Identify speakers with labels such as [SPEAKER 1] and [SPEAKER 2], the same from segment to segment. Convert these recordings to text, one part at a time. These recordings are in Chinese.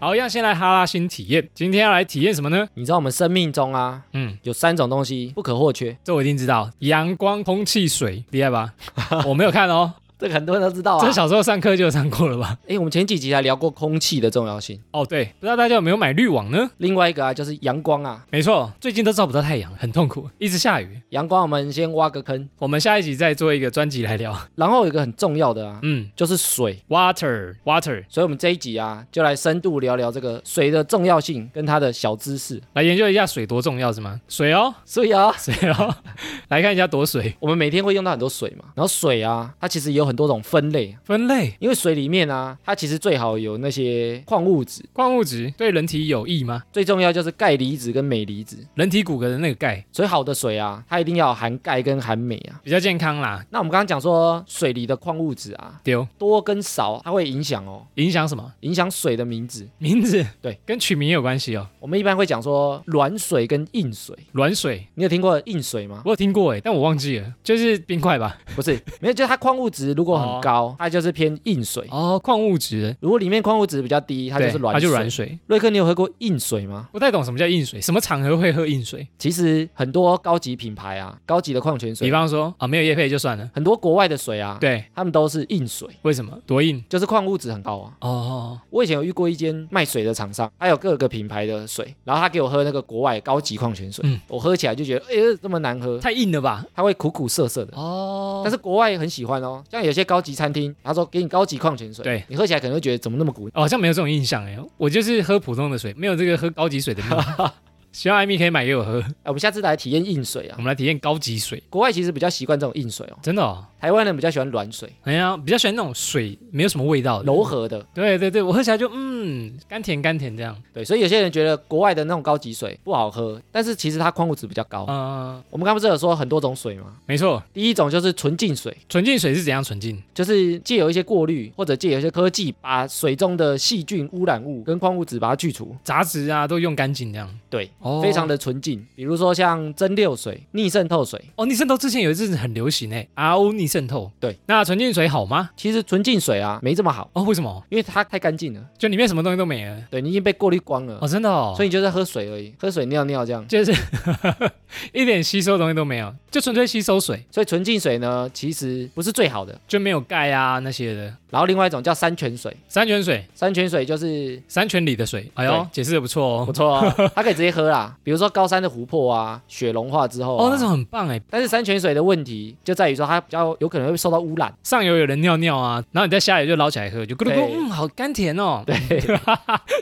[SPEAKER 1] 好，一样先来哈拉新体验。今天要来体验什么呢？
[SPEAKER 2] 你知道我们生命中啊，
[SPEAKER 1] 嗯，
[SPEAKER 2] 有三种东西不可或缺，
[SPEAKER 1] 这我一定知道，阳光、空气、水，厉害吧？ 我没有看 哦，
[SPEAKER 2] 这个很多人都知道啊
[SPEAKER 1] 这。小时候上课就有上过了吧？
[SPEAKER 2] 哎、我们前几集还聊过空气的重要性，
[SPEAKER 1] 哦，对，不知道大家有没有买滤网呢？
[SPEAKER 2] 另外一个啊就是阳光啊，
[SPEAKER 1] 没错，最近都照不到太阳，很痛苦，一直下雨。
[SPEAKER 2] 阳光我们先挖个坑，
[SPEAKER 1] 我们下一集再做一个专辑来聊。
[SPEAKER 2] 然后有一个很重要的啊，
[SPEAKER 1] 嗯
[SPEAKER 2] 就是水。
[SPEAKER 1] ，water water，
[SPEAKER 2] 所以，我们这一集啊，就来深度聊聊这个水的重要性跟它的小知识。
[SPEAKER 1] 来研究一下水多重要是吗？水哦，
[SPEAKER 2] 所以啊，
[SPEAKER 1] 水哦， 来看一下多水
[SPEAKER 2] 我们每天会用到很多水嘛，然后水啊，它其实也有很多种分类，啊
[SPEAKER 1] 分类。
[SPEAKER 2] 因为水里面啊，它其实最好有那些矿物质，
[SPEAKER 1] 矿物质对人体有益吗？
[SPEAKER 2] 最重要就是钙离子跟镁离子。
[SPEAKER 1] 人体骨骼的那个钙
[SPEAKER 2] 所以好的水啊，它一定要含钙跟含镁啊。
[SPEAKER 1] 比较健康啦。
[SPEAKER 2] 那我们刚刚讲说水里的矿物质啊，
[SPEAKER 1] 丢
[SPEAKER 2] 多跟少它会影响哦，
[SPEAKER 1] 影响什么？
[SPEAKER 2] 影响水的名字。
[SPEAKER 1] 名字
[SPEAKER 2] 对，
[SPEAKER 1] 跟取名也有关系哦。
[SPEAKER 2] 我们一般会讲说软水跟硬水，
[SPEAKER 1] 软水
[SPEAKER 2] 你有听过硬水吗？
[SPEAKER 1] 我有听过哎，但我忘记了，就是冰块吧？
[SPEAKER 2] 不是，没有，就是它矿物质如果
[SPEAKER 1] 哦
[SPEAKER 2] 很高，它就是偏硬水；
[SPEAKER 1] 哦，矿物质，
[SPEAKER 2] 如果里面矿物质比较低，它就是
[SPEAKER 1] 对
[SPEAKER 2] 软
[SPEAKER 1] 它
[SPEAKER 2] 水。
[SPEAKER 1] 就软水。
[SPEAKER 2] 瑞克，你有喝过硬水吗？
[SPEAKER 1] 不太懂什么叫硬水，什么场合会喝硬水？
[SPEAKER 2] 其实很多高级品牌啊，高级的矿泉
[SPEAKER 1] 比
[SPEAKER 2] 水，
[SPEAKER 1] 方说啊，没有叶配就算了。
[SPEAKER 2] 很多国外的水啊，
[SPEAKER 1] 对，
[SPEAKER 2] 他们都是硬水，
[SPEAKER 1] 为什么多硬？
[SPEAKER 2] 就是矿物质很高啊。
[SPEAKER 1] 哦，
[SPEAKER 2] 我以前有遇过一间卖水的厂商，还有各个品牌的水，然后他给我喝那个国外高级矿泉水，
[SPEAKER 1] 嗯哦
[SPEAKER 2] 我喝起来就觉得，哎呦，这么难喝，
[SPEAKER 1] 太硬了吧？
[SPEAKER 2] 它会苦苦涩涩的。
[SPEAKER 1] 哦
[SPEAKER 2] 但是国外很喜欢哦，像有些高级餐厅，他说给你高级矿泉水，
[SPEAKER 1] 对
[SPEAKER 2] 你喝起来可能会觉得怎么那么苦，
[SPEAKER 1] 哦，好像没有这种印象哎，我就是喝普通的水，没有这个喝高级水的命。 希望艾米可以买给我喝，
[SPEAKER 2] 哎，我们下次来体验硬水啊
[SPEAKER 1] 我。们来体验高级水，
[SPEAKER 2] 国外其实比较习惯这种硬水哦，
[SPEAKER 1] 真的哦。
[SPEAKER 2] 台湾人比较喜欢软水，
[SPEAKER 1] 哎呀，比较喜欢那种水没有什么味道的。
[SPEAKER 2] 柔和的。
[SPEAKER 1] 对对对，我喝起来就嗯，甘甜甘甜这样。
[SPEAKER 2] 对，所以有些人觉得国外的那种高级水不好喝，但是其实它矿物质比较高。
[SPEAKER 1] 嗯、
[SPEAKER 2] 我们刚不是有说很多种水吗？
[SPEAKER 1] 没错，
[SPEAKER 2] 第一种就是纯净水，
[SPEAKER 1] 纯净水是怎样纯净？
[SPEAKER 2] 就是借由一些过滤或者借由一些科技，把水中的细菌、污染物跟矿物质把它去除，
[SPEAKER 1] 杂质啊都用干净这样。
[SPEAKER 2] 对，
[SPEAKER 1] 哦
[SPEAKER 2] 非常的纯净。比如说像蒸馏水、逆渗透水，
[SPEAKER 1] 哦，逆渗透之前有一阵子很流行诶，RO 逆渗透。
[SPEAKER 2] 对，
[SPEAKER 1] 那纯净水好吗？
[SPEAKER 2] 其实纯净水啊没这么好，
[SPEAKER 1] 哦，为什么？
[SPEAKER 2] 因为它太干净了，
[SPEAKER 1] 就里面什么东西都没了。
[SPEAKER 2] 对你已经被过滤光了，
[SPEAKER 1] 哦，真的哦，
[SPEAKER 2] 所
[SPEAKER 1] 以
[SPEAKER 2] 以你就在喝水而已，喝水尿尿这样。
[SPEAKER 1] 就是 一点吸收的东西都没有，就纯粹吸收水，
[SPEAKER 2] 所以纯净水呢，其实不是最好的。
[SPEAKER 1] 就没有钙啊那些的。
[SPEAKER 2] 然后另外一种叫山泉水，
[SPEAKER 1] 山泉水，
[SPEAKER 2] 山泉水就是
[SPEAKER 1] 山泉里的水，哎呦
[SPEAKER 2] 对，
[SPEAKER 1] 解释的不错
[SPEAKER 2] 不
[SPEAKER 1] 哦。
[SPEAKER 2] 错哦，它可以直接喝啦。比如说高山的湖泊啊，雪融化之后、
[SPEAKER 1] 哦，那种。很棒哎，
[SPEAKER 2] 但是山泉水的问题就在于说，它比较有可能会受到污染。
[SPEAKER 1] 上游有人尿尿啊，然后你在下游就捞起来喝，就咕噜咕噜，
[SPEAKER 2] 对
[SPEAKER 1] 嗯，好甘甜哦，
[SPEAKER 2] 对，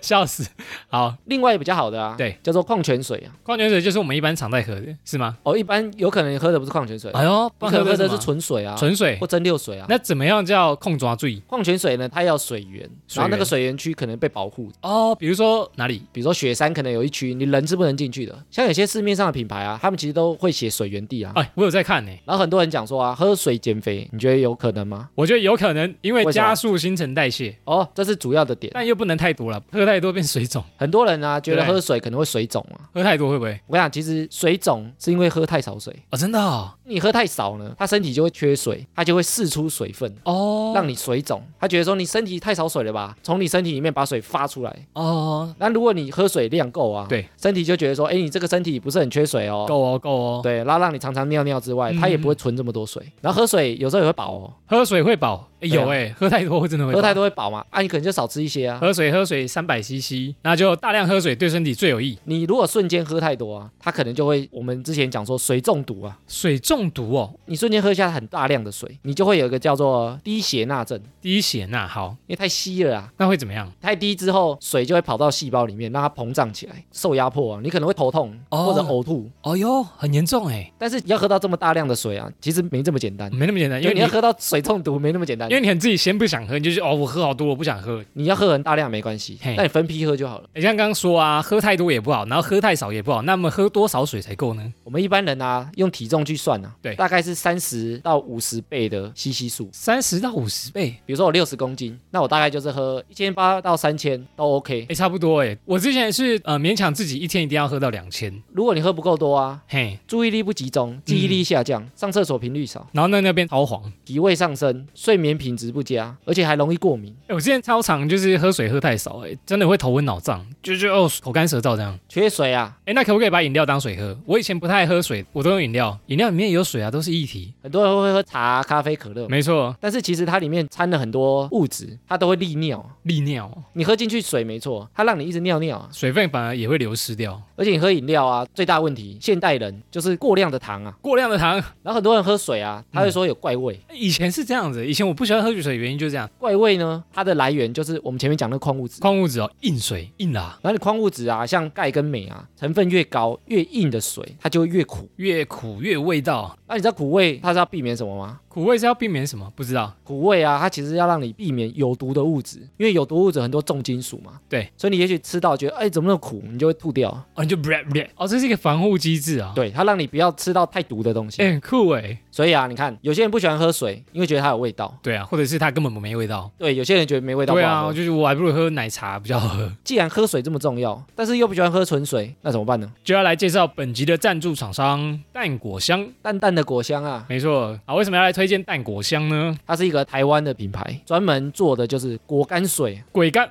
[SPEAKER 1] 笑死。好，
[SPEAKER 2] 另外比较好的啊，
[SPEAKER 1] 对，
[SPEAKER 2] 叫做矿泉水啊。
[SPEAKER 1] 矿泉水就是我们一般常在喝的，是吗？
[SPEAKER 2] 哦，一般有可能你喝的不是矿泉水，啊
[SPEAKER 1] 哎呦，
[SPEAKER 2] 不可能喝的是
[SPEAKER 1] 纯
[SPEAKER 2] 纯水啊，
[SPEAKER 1] 纯水
[SPEAKER 2] 或，蒸馏水啊。
[SPEAKER 1] 那怎么样叫控抓注
[SPEAKER 2] 矿泉水呢，它要有水源，
[SPEAKER 1] 水源
[SPEAKER 2] 然后那个水源区可能被保护，
[SPEAKER 1] 哦，比如说哪里？
[SPEAKER 2] 比如说雪山可能有一区你人是不能进去的。像有些市面上的品牌啊，他们其实都会写水源地啊。
[SPEAKER 1] 哎，我有在看呢、
[SPEAKER 2] 然后很多人讲说啊，喝水减肥，你觉得有可能吗？
[SPEAKER 1] 我觉得有可能因为
[SPEAKER 2] 为什么
[SPEAKER 1] 加速新陈代谢，
[SPEAKER 2] 哦，这是主要的点。
[SPEAKER 1] 但又不能太多了，喝太多变水肿，
[SPEAKER 2] 很多人啊觉得
[SPEAKER 1] 哎对
[SPEAKER 2] 喝水可能会水肿啊。
[SPEAKER 1] 喝太多会不会？
[SPEAKER 2] 我跟你讲，其实水肿是因为喝太少水。
[SPEAKER 1] 哦，真的哦，
[SPEAKER 2] 你喝太少呢，他身体就会缺水，他就会释出水分，
[SPEAKER 1] 哦
[SPEAKER 2] 让你水肿。他觉得说你身体太少水了吧，从你身体里面把水发出来。
[SPEAKER 1] 哦，
[SPEAKER 2] 那如果你喝水量够啊，
[SPEAKER 1] 对，
[SPEAKER 2] 身体就觉得说，哎，你这个身体不是很缺水哦。
[SPEAKER 1] 够哦够哦，
[SPEAKER 2] 对，然后让你常常尿尿之外，
[SPEAKER 1] 嗯
[SPEAKER 2] 它也不会存这么多水。然后喝水有时候也会饱哦，
[SPEAKER 1] 喝水会饱，哎有哎、
[SPEAKER 2] 对
[SPEAKER 1] 喝太多会真的会饱嗯
[SPEAKER 2] 喝太多会饱嘛，啊，你可能就少吃一些啊。
[SPEAKER 1] 喝水喝水三百 CC，那就大量喝水对身体最有益。
[SPEAKER 2] 你如果瞬间喝太多啊，它可能就会我们之前讲说水中毒啊，
[SPEAKER 1] 水中毒哦，
[SPEAKER 2] 你瞬间喝下很大量的水，你就会有一个叫做低血钠症，
[SPEAKER 1] 低血钠好，
[SPEAKER 2] 因为太稀了啊。
[SPEAKER 1] 那会怎么样？
[SPEAKER 2] 太低之后，水就会跑到细胞里面，让它膨胀起来，受压迫啊，你可能会头痛
[SPEAKER 1] 哦
[SPEAKER 2] 或者呕吐。
[SPEAKER 1] 哦哟，很严重哎，
[SPEAKER 2] 但是你要喝到这么大量的水啊，其实没这么简单，
[SPEAKER 1] 没那么简单，因
[SPEAKER 2] 因
[SPEAKER 1] 为
[SPEAKER 2] 为
[SPEAKER 1] 嗯
[SPEAKER 2] 你
[SPEAKER 1] 你
[SPEAKER 2] 要喝到水中毒没那么简单
[SPEAKER 1] 因。为你很自己先不想喝，你就是哦我喝好多我不想喝，
[SPEAKER 2] 你要喝很大量没关系
[SPEAKER 1] 嘿，
[SPEAKER 2] 那你分批喝就好了。
[SPEAKER 1] 你像刚刚说啊，喝太多也不好，然后喝太少也不好，那么喝多少水才够呢？
[SPEAKER 2] 我们一般人啊，用体重去算啊，
[SPEAKER 1] 对
[SPEAKER 2] 大概是三十到五十倍的吸吸数。
[SPEAKER 1] 三十到五十倍，
[SPEAKER 2] 比如说我六十公斤，那我大概就是喝一千八到三千都 OK
[SPEAKER 1] 哎、。差不多哎。我之前是呃勉强自己一天一定要喝到两千，
[SPEAKER 2] 如果你喝不够多啊，
[SPEAKER 1] 嘿，
[SPEAKER 2] 注
[SPEAKER 1] 嗯
[SPEAKER 2] 意力不集中，记忆力下降，上厕所频率少，
[SPEAKER 1] 然后那那边超黄，
[SPEAKER 2] 脾胃上升，睡眠眠品质不佳，而且还容易过敏。
[SPEAKER 1] 哎我之前超常就是喝水喝太少、哎，真的会头昏脑胀，就是哦口干舌燥这样。
[SPEAKER 2] 缺水啊，
[SPEAKER 1] 哎，那可不可以把饮料当水喝？我以前不太喝水，我都用饮料，饮料里面也有水啊，都是液体。
[SPEAKER 2] 很多人会喝茶、咖啡、可乐，
[SPEAKER 1] 没错，
[SPEAKER 2] 但是其实它里面掺了很多物质，它都会利尿。
[SPEAKER 1] 利尿哦，
[SPEAKER 2] 你喝进去水没错，它让你一直尿尿啊。
[SPEAKER 1] 水分反而也会流失掉。
[SPEAKER 2] 而且你喝饮料啊，最大问题，现代人就是过量的糖啊。
[SPEAKER 1] 过量的糖，
[SPEAKER 2] 然后很多人喝水啊，他会说有怪味。
[SPEAKER 1] 哎以前是这样子，以前我不喜欢喝水的原因就是这样，
[SPEAKER 2] 怪味呢，它的来源就是我们前面讲的矿物质。
[SPEAKER 1] 矿物质哦，硬水硬啦、
[SPEAKER 2] 然后你矿物质啊，像钙跟镁啊，成分越高越硬的水，它就会越苦。
[SPEAKER 1] 越苦越有味道。
[SPEAKER 2] 那你知道苦味它是要避免什么吗？
[SPEAKER 1] 苦味是要避免什么？不知道。
[SPEAKER 2] 苦味啊，它其实要让你避免有毒的物质，因为有毒物质很多重金属嘛。
[SPEAKER 1] 对，
[SPEAKER 2] 所以你也许吃到觉得哎怎么那么苦，你就会吐掉。
[SPEAKER 1] 哦，你就 b r a b r a 哦，这是一个防护机制啊。
[SPEAKER 2] 对，它让你不要吃到太毒的东西。
[SPEAKER 1] 哎、很酷哎。
[SPEAKER 2] 所以啊，你看有些人不喜欢喝水，因为觉得它有味道。
[SPEAKER 1] 对啊，或者是它根本没味道。
[SPEAKER 2] 对，有些人觉得没味道不
[SPEAKER 1] 对
[SPEAKER 2] 好
[SPEAKER 1] 啊，
[SPEAKER 2] 喝。
[SPEAKER 1] 就是我还不如喝奶茶比较好喝。
[SPEAKER 2] 既然喝水这么重要，但是又不喜欢喝纯水，那怎么办呢？
[SPEAKER 1] 就要来介绍本集的赞助厂商淡果香。
[SPEAKER 2] 淡淡的果香啊，
[SPEAKER 1] 没错啊，为什么要来推荐淡果香呢？
[SPEAKER 2] 它是一个台湾的品牌，专门做的就是果干水。
[SPEAKER 1] 鬼干。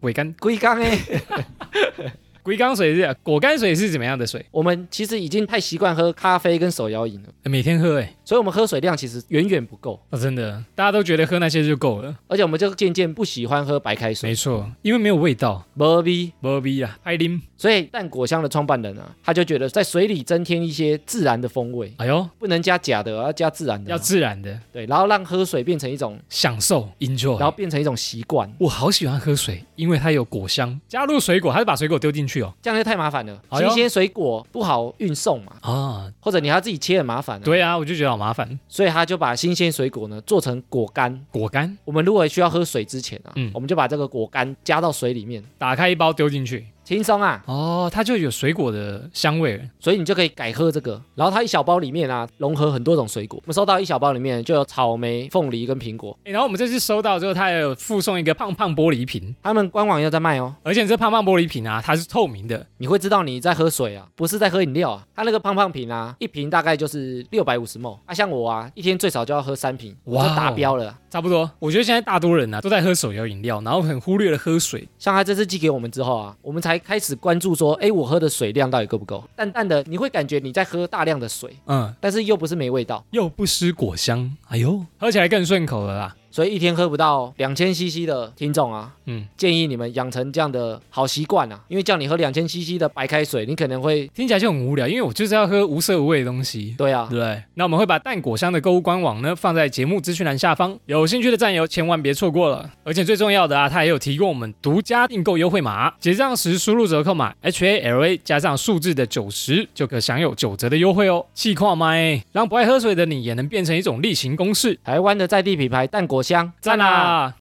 [SPEAKER 1] 鬼干
[SPEAKER 2] 龟缸哎，
[SPEAKER 1] 鬼干水是果干水是怎么样的水？
[SPEAKER 2] 我们其实已经太习惯喝咖啡跟手摇饮了，
[SPEAKER 1] 每天喝哎、
[SPEAKER 2] 所以我们喝水量其实远远不够，
[SPEAKER 1] 哦，真的，大家都觉得喝那些就够了。
[SPEAKER 2] 而且我们就渐渐不喜欢喝白开水
[SPEAKER 1] 没。错，因为没有味道，
[SPEAKER 2] b 逼，
[SPEAKER 1] 没味啊，太啉。
[SPEAKER 2] 所以淡果香的创办人啊，他就觉得在水里增添一些自然的风味，
[SPEAKER 1] 哎呦，
[SPEAKER 2] 不能加假的，要加自然的
[SPEAKER 1] 要
[SPEAKER 2] 啊。
[SPEAKER 1] 自然的
[SPEAKER 2] 对，然后让喝水变成一种，
[SPEAKER 1] 享受，enjoy。
[SPEAKER 2] 然后变成一种习惯，
[SPEAKER 1] 我好喜欢喝水，因为它有果香，加入水果，它是把水果丢进去哦。
[SPEAKER 2] 这样就太麻烦了。
[SPEAKER 1] 哎呦
[SPEAKER 2] 新鲜水果不好运送嘛，
[SPEAKER 1] 啊，
[SPEAKER 2] 或者你还要自己切很麻烦、啊。，
[SPEAKER 1] 对啊，我就觉得好麻烦。
[SPEAKER 2] 所以他就把新鲜水果呢做成果干。
[SPEAKER 1] 果干
[SPEAKER 2] 我们如果需要喝水之前啊，
[SPEAKER 1] 嗯
[SPEAKER 2] 我们就把这个果干加到水里面，
[SPEAKER 1] 打开一包丢进去，
[SPEAKER 2] 轻松啊。
[SPEAKER 1] 哦，它就有水果的香味了。
[SPEAKER 2] 所以你就可以改喝这个。然后它一小包里面啊，融合很多种水果。我们收到一小包里面就有草莓、凤梨跟苹果。
[SPEAKER 1] 诶然后我们这次收到之后，它还有附送一个胖胖玻璃瓶，
[SPEAKER 2] 他们官网也有在卖哦，
[SPEAKER 1] 而且这胖胖玻璃瓶啊，它是透明的，
[SPEAKER 2] 你会知道你在喝水啊，不是在喝饮料啊。它那个胖胖瓶啊，一瓶大概就是六百五十 ml 啊。像我啊，一天最少就要喝三瓶，我
[SPEAKER 1] 哇哦
[SPEAKER 2] 就达标了啊。
[SPEAKER 1] 差不多。我觉得现在大多人啊都在喝手摇饮料，然后很忽略了喝水。
[SPEAKER 2] 像他这次寄给我们之后啊，我们才开始关注说，哎，我喝的水量到底够不够？淡淡的，你会感觉你在喝大量的水，
[SPEAKER 1] 嗯，
[SPEAKER 2] 但是又不是没味道，
[SPEAKER 1] 又不失果香，哎呦，喝起来更顺口了啦。
[SPEAKER 2] 所以一天喝不到两千 CC 的听众啊，
[SPEAKER 1] 嗯，
[SPEAKER 2] 建议你们养成这样的好习惯啊，因为叫你喝两千 CC 的白开水，你可能会
[SPEAKER 1] 听起来就很无聊，因为我就是要喝无色无味的东西。
[SPEAKER 2] 对啊，
[SPEAKER 1] 对，那我们会把淡果香的购物官网呢放在节目资讯栏下方，有兴趣的战友千万别错过了。而且最重要的啊，它也有提供我们独家订购优惠码，结账时输入折扣码 H A L A 加上数字的九十，就可享有九折的优惠哦。气矿麦，让不爱喝水的你也能变成一种例行公事，
[SPEAKER 2] 台湾的在地品牌淡果香，啊
[SPEAKER 1] 赞！啊啦！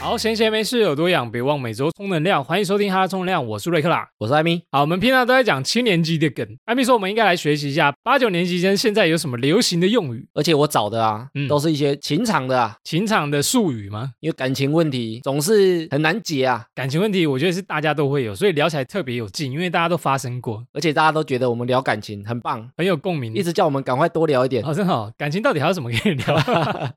[SPEAKER 1] 好，闲闲没事有多养，别忘每周充能量。欢迎收听哈拉充能量，我是瑞克啦。
[SPEAKER 2] 我是艾米，
[SPEAKER 1] 好，我们平常都在讲七年级的梗，艾米说我们应该来学习一下八九年级生现在有什么流行的用语，
[SPEAKER 2] 而且我找的啊，
[SPEAKER 1] 嗯
[SPEAKER 2] 都是一些情场的啊，
[SPEAKER 1] 情场的术语吗？
[SPEAKER 2] 因为感情问题总是很难解啊，
[SPEAKER 1] 感情问题，我觉得是大家都会有，所以聊起来特别有劲，因为大家都发生过，
[SPEAKER 2] 而且大家都觉得我们聊感情很棒。
[SPEAKER 1] 很有共鸣哦
[SPEAKER 2] 一。直叫我们赶快多聊一点。
[SPEAKER 1] 好、真好，感情到底还有什么可以 聊？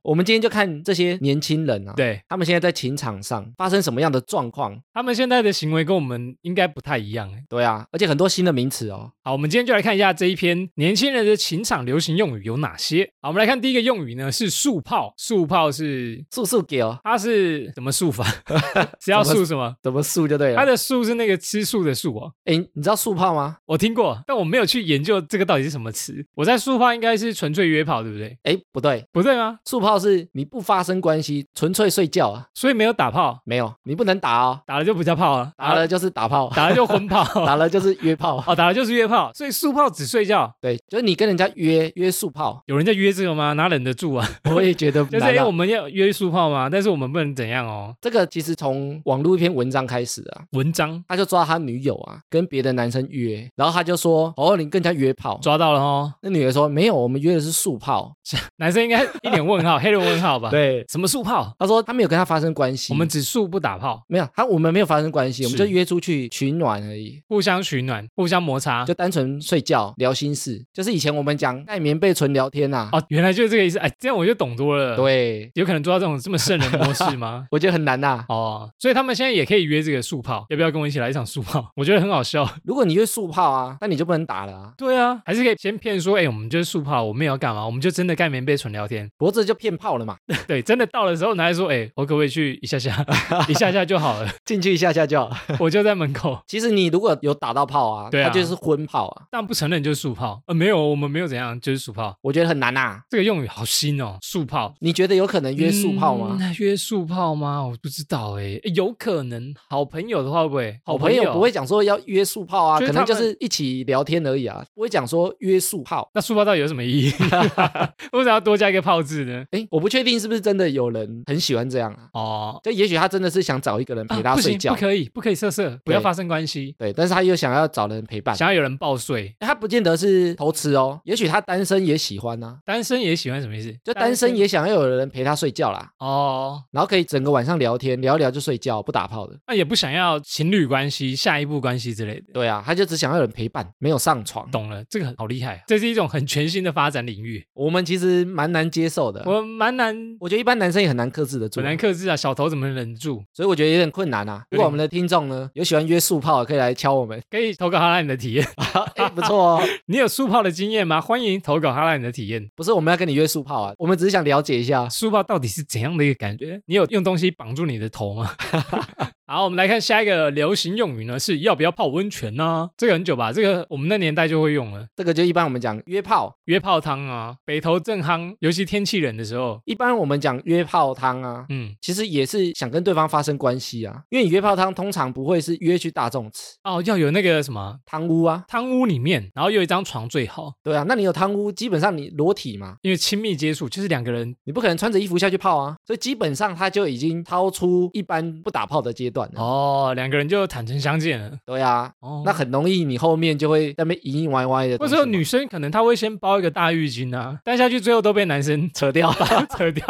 [SPEAKER 2] 我们今天就看这些年轻人啊，
[SPEAKER 1] 对
[SPEAKER 2] 他们现在在情场上发生什么样的状况？
[SPEAKER 1] 他们现在的行为跟我们应该不太一样。哎
[SPEAKER 2] 对啊，而且很多新的名词哦。
[SPEAKER 1] 好，我们今天就来看一下这一篇年轻人的情场流行用语有哪些。好，我们来看第一个用语呢是“速泡”，速泡是
[SPEAKER 2] 速速给哦，
[SPEAKER 1] 它是怎么速 法？是要速什么？
[SPEAKER 2] 怎么速就对啊
[SPEAKER 1] 它
[SPEAKER 2] 了。
[SPEAKER 1] 的速是那个吃素的素哦，
[SPEAKER 2] 哎，你知道速泡吗？
[SPEAKER 1] 我听过，但我没有去研究这个到底是什么词。我在书画应该是纯粹约炮，对不对？
[SPEAKER 2] 哎，不对，
[SPEAKER 1] 不对吗？
[SPEAKER 2] 速泡是你不发生关系，纯粹睡觉啊。
[SPEAKER 1] 所以没有打炮，
[SPEAKER 2] 没有，你不能打哦，
[SPEAKER 1] 打了就不叫炮了，
[SPEAKER 2] 打了就是打炮，
[SPEAKER 1] 打了就婚炮，
[SPEAKER 2] 打了就是 约炮。
[SPEAKER 1] 哦，打了就是约炮。所以素炮只睡觉，
[SPEAKER 2] 对，就是你跟人家约约速炮，
[SPEAKER 1] 有人在约这个吗？哪忍得住啊？
[SPEAKER 2] 我也觉得
[SPEAKER 1] 就是
[SPEAKER 2] 难
[SPEAKER 1] 因为
[SPEAKER 2] 啊
[SPEAKER 1] 我们要约素炮嘛，但是我们不能怎样哦。
[SPEAKER 2] 这个其实从网络一篇文章开始啊，
[SPEAKER 1] 文章
[SPEAKER 2] 他就抓他女友啊跟别的男生约，然后他就说哦你跟人家约炮，
[SPEAKER 1] 抓到了哦，
[SPEAKER 2] 那女的说没有，我们约的是速炮。
[SPEAKER 1] 男生应该一脸问号，黑人问号吧？，
[SPEAKER 2] 对，嗯
[SPEAKER 1] 什么素炮？
[SPEAKER 2] 他说他没有跟他发生关关系，
[SPEAKER 1] 我们只树不打炮，
[SPEAKER 2] 没有他，我们没有发生关系，我们
[SPEAKER 1] 是
[SPEAKER 2] 就约出去取暖而已。
[SPEAKER 1] 互相取暖，互相摩擦。
[SPEAKER 2] 就单纯睡觉聊心事，就是以前我们讲盖棉被纯聊天啊。
[SPEAKER 1] 哦，原来就是这个意思。哎，这样我就懂多了。，
[SPEAKER 2] 对，？
[SPEAKER 1] 有可能做到这种这么圣人模式吗
[SPEAKER 2] 我觉得很难啊呐、
[SPEAKER 1] 哦，所以他们现在也可以约这个速炮，要不要跟我一起来一场速炮？我觉得很好笑。
[SPEAKER 2] 如果你约速泡啊，那你就不能打了啊。
[SPEAKER 1] 对啊，还是可以先骗说，哎、我们就是速炮，我们也要干嘛？我们就真的盖棉被纯聊天。
[SPEAKER 2] 脖子就骗泡了嘛，
[SPEAKER 1] 对，真的到的时候，拿来说，哎、我可不可以去一下下， 一下下就好了，
[SPEAKER 2] 进去一下下就好。
[SPEAKER 1] 我就在门口。
[SPEAKER 2] 其实你如果有打到泡啊，
[SPEAKER 1] 对啊
[SPEAKER 2] 它就是昏泡啊，
[SPEAKER 1] 但不承认就是速炮，呃，没有，我们没有怎样，就是速炮。
[SPEAKER 2] 我觉得很难啊。
[SPEAKER 1] 这个用语好新哦，速炮。
[SPEAKER 2] 你觉得有可能约速泡吗？
[SPEAKER 1] 嗯约速炮吗？我不知道哎、诶有可能。好朋友的话会不会？
[SPEAKER 2] 好朋友不。会讲说要约速泡啊，
[SPEAKER 1] 就
[SPEAKER 2] 可
[SPEAKER 1] 是他们
[SPEAKER 2] 能就是一起聊天而已啊，不会讲说约速泡。
[SPEAKER 1] 那速炮到底有什么意义？ 为什么要多加一个炮字呢？
[SPEAKER 2] 哎，我不确定是不是真的有人很喜欢这样啊，
[SPEAKER 1] 哦，
[SPEAKER 2] 就也许他真的是想找一个人
[SPEAKER 1] 啊
[SPEAKER 2] 陪他
[SPEAKER 1] 不
[SPEAKER 2] 睡
[SPEAKER 1] 行，
[SPEAKER 2] 觉，
[SPEAKER 1] 不可以，不可以色色，不要发生关系，
[SPEAKER 2] 对，但是他又想要找人陪伴。
[SPEAKER 1] 想要有人抱睡。
[SPEAKER 2] 他不见得是偷吃哦，也许他单身也喜欢呐、
[SPEAKER 1] 单身也喜欢什么意思？
[SPEAKER 2] 就单身也想要有人陪他睡觉啦，
[SPEAKER 1] 哦，
[SPEAKER 2] 然后可以整个晚上聊天，聊一聊就睡觉，不打炮的。
[SPEAKER 1] 那也不想要情侣关系、下一步关系之类的。
[SPEAKER 2] 对啊，他就只想要有人陪伴，没有上床。
[SPEAKER 1] 懂了，这个很好厉害啊，这是一种很全新的发展领域，
[SPEAKER 2] 我们其实蛮难接受的，我
[SPEAKER 1] 我蛮难。
[SPEAKER 2] 我觉得一般男生也很难克制得住
[SPEAKER 1] 很，难克制啊，小头怎么能忍住？
[SPEAKER 2] 所以我觉得有点困难啊。如果我们的听众呢有喜欢约速炮的，可以来敲我们，
[SPEAKER 1] 可以投稿哈拉你的体验，
[SPEAKER 2] 哎，不错哦。
[SPEAKER 1] 你有速泡的经验吗？欢迎投稿哈拉你的体验，
[SPEAKER 2] 不是我们要跟你约速炮啊，我们只是想了解一下。
[SPEAKER 1] 速泡到底是怎样的一个感觉？你有用东西绑住你的头吗？ 好，我们来看下一个流行用语呢，是要不要泡温泉呢？这个很久吧，这个我们那年代就会用了，
[SPEAKER 2] 这个就一般我们讲约炮，
[SPEAKER 1] 约泡汤啊，北投正夯，尤其天气冷的时候，
[SPEAKER 2] 一般我们讲约炮汤啊，
[SPEAKER 1] 嗯，
[SPEAKER 2] 其实也是想跟对方发生关系啊，因为你约泡汤通常不会是约去大众吃
[SPEAKER 1] 哦，要有那个什么
[SPEAKER 2] 汤屋啊，
[SPEAKER 1] 汤屋里面，然后有一张床最好，
[SPEAKER 2] 对啊，那你有汤屋，基本上你裸体嘛，
[SPEAKER 1] 因为亲密接触就是两个人
[SPEAKER 2] 你不可能穿着衣服下去泡啊，所以基本上他就已经超出一般不打炮的阶段了。
[SPEAKER 1] 哦，两个人就坦诚相见了。
[SPEAKER 2] 对啊，
[SPEAKER 1] 哦，
[SPEAKER 2] 那很容易你后面就会在那边淫淫歪歪的
[SPEAKER 1] 或
[SPEAKER 2] 东
[SPEAKER 1] 者
[SPEAKER 2] 西
[SPEAKER 1] 说
[SPEAKER 2] 嘛，
[SPEAKER 1] 女生可能她会先包一个大浴巾啊，但下去最后都被男生
[SPEAKER 2] 扯掉，
[SPEAKER 1] 扯掉，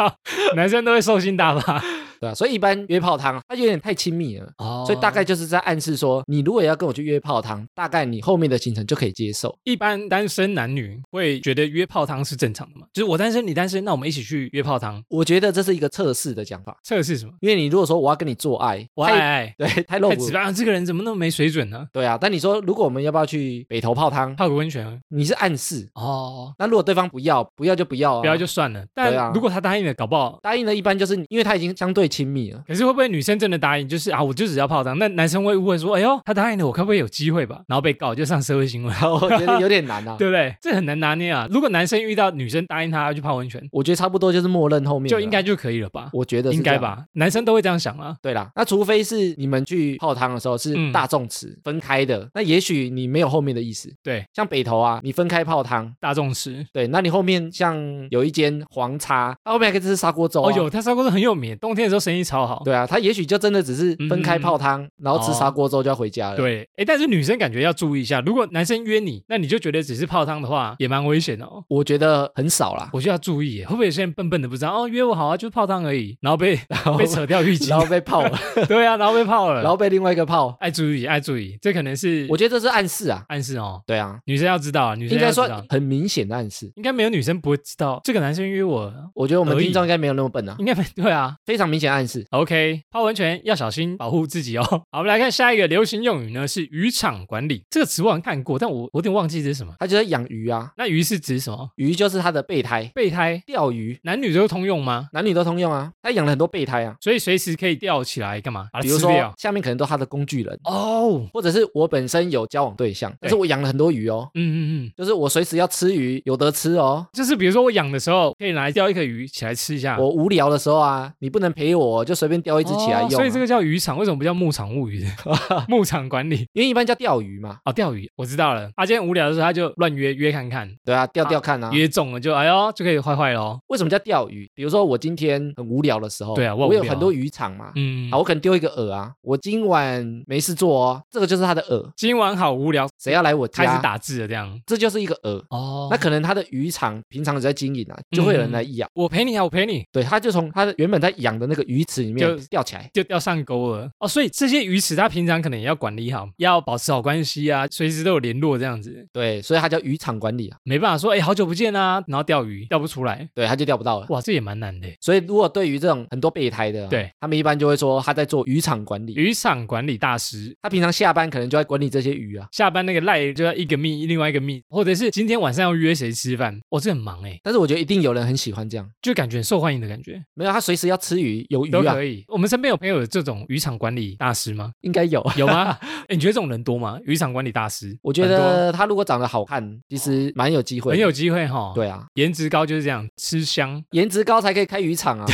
[SPEAKER 1] 男生都会兽性大发。
[SPEAKER 2] 对啊，所以一般约泡汤它有点太亲密了。
[SPEAKER 1] 哦
[SPEAKER 2] 所以大概就是在暗示说，你如果要跟我去约泡汤，大概你后面的行程就可以接受。
[SPEAKER 1] 一般单身男女会觉得约泡汤是正常的嘛？就是我单身你单身，那我们一起去约泡汤
[SPEAKER 2] 我觉得这是一个测试的讲法，
[SPEAKER 1] 测试什么？
[SPEAKER 2] 因为你如果说我要跟你做爱，
[SPEAKER 1] 我爱
[SPEAKER 2] 太
[SPEAKER 1] 爱。
[SPEAKER 2] 对太露
[SPEAKER 1] 太
[SPEAKER 2] 骨
[SPEAKER 1] 直白啊了，这个人怎么那么没水准呢？
[SPEAKER 2] 对啊，但你说如果我们要不要去北头泡汤，
[SPEAKER 1] 泡个温泉
[SPEAKER 2] 你是暗示。
[SPEAKER 1] 哦，
[SPEAKER 2] 那如果对方不要，不要就不要啊，
[SPEAKER 1] 不要就算了。
[SPEAKER 2] 对啊
[SPEAKER 1] 但如果他答应了，搞不好，
[SPEAKER 2] 答应了。一般就是因为他已经相对亲 密了，
[SPEAKER 1] 可是会不会女生真的答应？就是啊，我就只要泡汤。那男生会误会说，哎呦，他答应了，我该不会有机会吧？然后被告，就上社会新闻。
[SPEAKER 2] 哦我觉得有点难啊。
[SPEAKER 1] 对不对？这很难拿捏啊。如果男生遇到女生答应他要去泡温泉，
[SPEAKER 2] 我觉得差不多就是默认后面
[SPEAKER 1] 就
[SPEAKER 2] 了
[SPEAKER 1] 应，该就可以了吧？
[SPEAKER 2] 我觉得是
[SPEAKER 1] 应该
[SPEAKER 2] 这样。
[SPEAKER 1] 吧，男生都会这样想啊。
[SPEAKER 2] 对啦，那除非是你们去泡汤的时候是
[SPEAKER 1] 嗯
[SPEAKER 2] 大众池分开的，那也许你没有后面的意思。
[SPEAKER 1] 对，
[SPEAKER 2] 像北头啊，你分开泡汤，
[SPEAKER 1] 大众吃。
[SPEAKER 2] 对，那你后面像有一间黄叉，它后面还可以吃砂锅粥、啊。
[SPEAKER 1] 哦，有，他砂锅粥很有名，冬天的时候生意超好。
[SPEAKER 2] 对啊，他也许就真的只是分开泡
[SPEAKER 1] 嗯
[SPEAKER 2] 汤，然后吃砂锅粥就要回家了。
[SPEAKER 1] 对，哎，但是女生感觉要注意一下，如果男生约你，那你就觉得只是泡汤的话，也蛮危险的哦。
[SPEAKER 2] 我觉得很少啦。
[SPEAKER 1] 我就要注意耶，会不会有些人笨笨的不知道哦，约我好啊，就是泡汤而已，然后 被
[SPEAKER 2] 后
[SPEAKER 1] 被扯掉浴
[SPEAKER 2] 然后
[SPEAKER 1] 巾，
[SPEAKER 2] 被泡了，
[SPEAKER 1] 对啊，然后被泡了，
[SPEAKER 2] 然后被另外一个泡。
[SPEAKER 1] 爱注意，爱注意，这可能是
[SPEAKER 2] 我觉得这是暗示啊，
[SPEAKER 1] 暗示哦，
[SPEAKER 2] 对啊，
[SPEAKER 1] 女生要知道啊，女生
[SPEAKER 2] 应该
[SPEAKER 1] 要知
[SPEAKER 2] 说
[SPEAKER 1] 道，
[SPEAKER 2] 很明显的暗示。
[SPEAKER 1] 应该没有女生不会知道这个男生约我，
[SPEAKER 2] 我觉得我们
[SPEAKER 1] 而已
[SPEAKER 2] 听众应该没有那么笨啊，
[SPEAKER 1] 应该没 对啊。
[SPEAKER 2] 非常明显的暗示。
[SPEAKER 1] OK，泡温泉要小心保护自己哦。好，我们来看下一个流行用语呢，是渔场管理。这个词我好像看过，但我我有点忘记这是什么。
[SPEAKER 2] 他就在养鱼啊，
[SPEAKER 1] 那鱼是指什么？
[SPEAKER 2] 鱼就是他的备胎，
[SPEAKER 1] 备胎，
[SPEAKER 2] 钓鱼
[SPEAKER 1] 男女都通用吗？
[SPEAKER 2] 男女都通用啊。他养了很多备胎啊，
[SPEAKER 1] 所以随时可以吊起来干嘛？把它
[SPEAKER 2] 比如
[SPEAKER 1] 吃
[SPEAKER 2] 说
[SPEAKER 1] 掉。
[SPEAKER 2] 下面可能都他的工具人，
[SPEAKER 1] 哦，
[SPEAKER 2] 或者是我本身有交往对象，但是我养了很多鱼哦。
[SPEAKER 1] 嗯嗯嗯，
[SPEAKER 2] 就是我随时要吃鱼，有得吃哦。
[SPEAKER 1] 就是比如说我养的时候，可以拿来钓一个鱼起来吃一下。
[SPEAKER 2] 我无聊的时候啊，你不能陪我，就随便钓一
[SPEAKER 1] 一
[SPEAKER 2] 只起来用啊、
[SPEAKER 1] 哦所以这个叫渔场，为什么不叫牧场物语？ 牧场管理
[SPEAKER 2] 因为一般叫钓鱼嘛，
[SPEAKER 1] 哦，钓鱼我知道了。他、今天无聊的时候，他就乱约约看看，
[SPEAKER 2] 对啊，钓钓看啊。
[SPEAKER 1] 约中了就哎呦就可以坏坏喽。
[SPEAKER 2] 为什么叫钓鱼？比如说我今天很无聊的时候，
[SPEAKER 1] 对啊我很
[SPEAKER 2] 我
[SPEAKER 1] 无
[SPEAKER 2] 有
[SPEAKER 1] 聊啊
[SPEAKER 2] 很多渔场嘛，
[SPEAKER 1] 嗯，
[SPEAKER 2] 好，我可能丢一个饵啊，我今晚没事做哦，这个就是他的饵，
[SPEAKER 1] 今晚好无聊，
[SPEAKER 2] 谁要来我
[SPEAKER 1] 开
[SPEAKER 2] 家？
[SPEAKER 1] 始，打字了这样。
[SPEAKER 2] 这就是一个饵。
[SPEAKER 1] 哦
[SPEAKER 2] 啊
[SPEAKER 1] 嗯
[SPEAKER 2] 那可能他的渔场平常有在经营啊，就会有人来养。
[SPEAKER 1] 我陪你啊，我陪你。
[SPEAKER 2] 对，他就从他的原本在养的那个个鱼池里
[SPEAKER 1] 就
[SPEAKER 2] 面吊起来。
[SPEAKER 1] 就掉上钩了哦。所以这些鱼池它平常可能也要管理好，要保持好关系啊，随时都有联络这样子，
[SPEAKER 2] 对，所以它叫渔场管理啊。
[SPEAKER 1] 没办法说哎好久不见啊，然后钓鱼钓不出来，
[SPEAKER 2] 对，它就钓不到了。
[SPEAKER 1] 哇，这也蛮难的。
[SPEAKER 2] 所以如果对于这种很多备胎的啊、
[SPEAKER 1] 对
[SPEAKER 2] 他们一般就会说他在做渔场管理。
[SPEAKER 1] 渔场管理大师。
[SPEAKER 2] 他平常下班可能就在管理这些鱼啊，
[SPEAKER 1] 下班那个赖就要一个密，另外一个密，或者是今天晚上要约谁吃饭，哦，这很忙哎，
[SPEAKER 2] 但是我觉得一定有人很喜欢这样，
[SPEAKER 1] 就感觉很受欢迎的感觉，
[SPEAKER 2] 没有他随时要吃鱼，有鱼
[SPEAKER 1] 都
[SPEAKER 2] 啊
[SPEAKER 1] 可，以。我们身边有朋友有这种渔场管理大师吗？
[SPEAKER 2] 应 该有。
[SPEAKER 1] 有 吗？哎诶你觉得这种人多吗？渔场管理大师，
[SPEAKER 2] 我觉
[SPEAKER 1] 很多哦
[SPEAKER 2] 得他如果长得好看，其实蛮有机会。
[SPEAKER 1] 很有机会哈。，
[SPEAKER 2] 对啊，
[SPEAKER 1] 颜值高就是这样，吃香，
[SPEAKER 2] 颜值高才可以开渔场啊。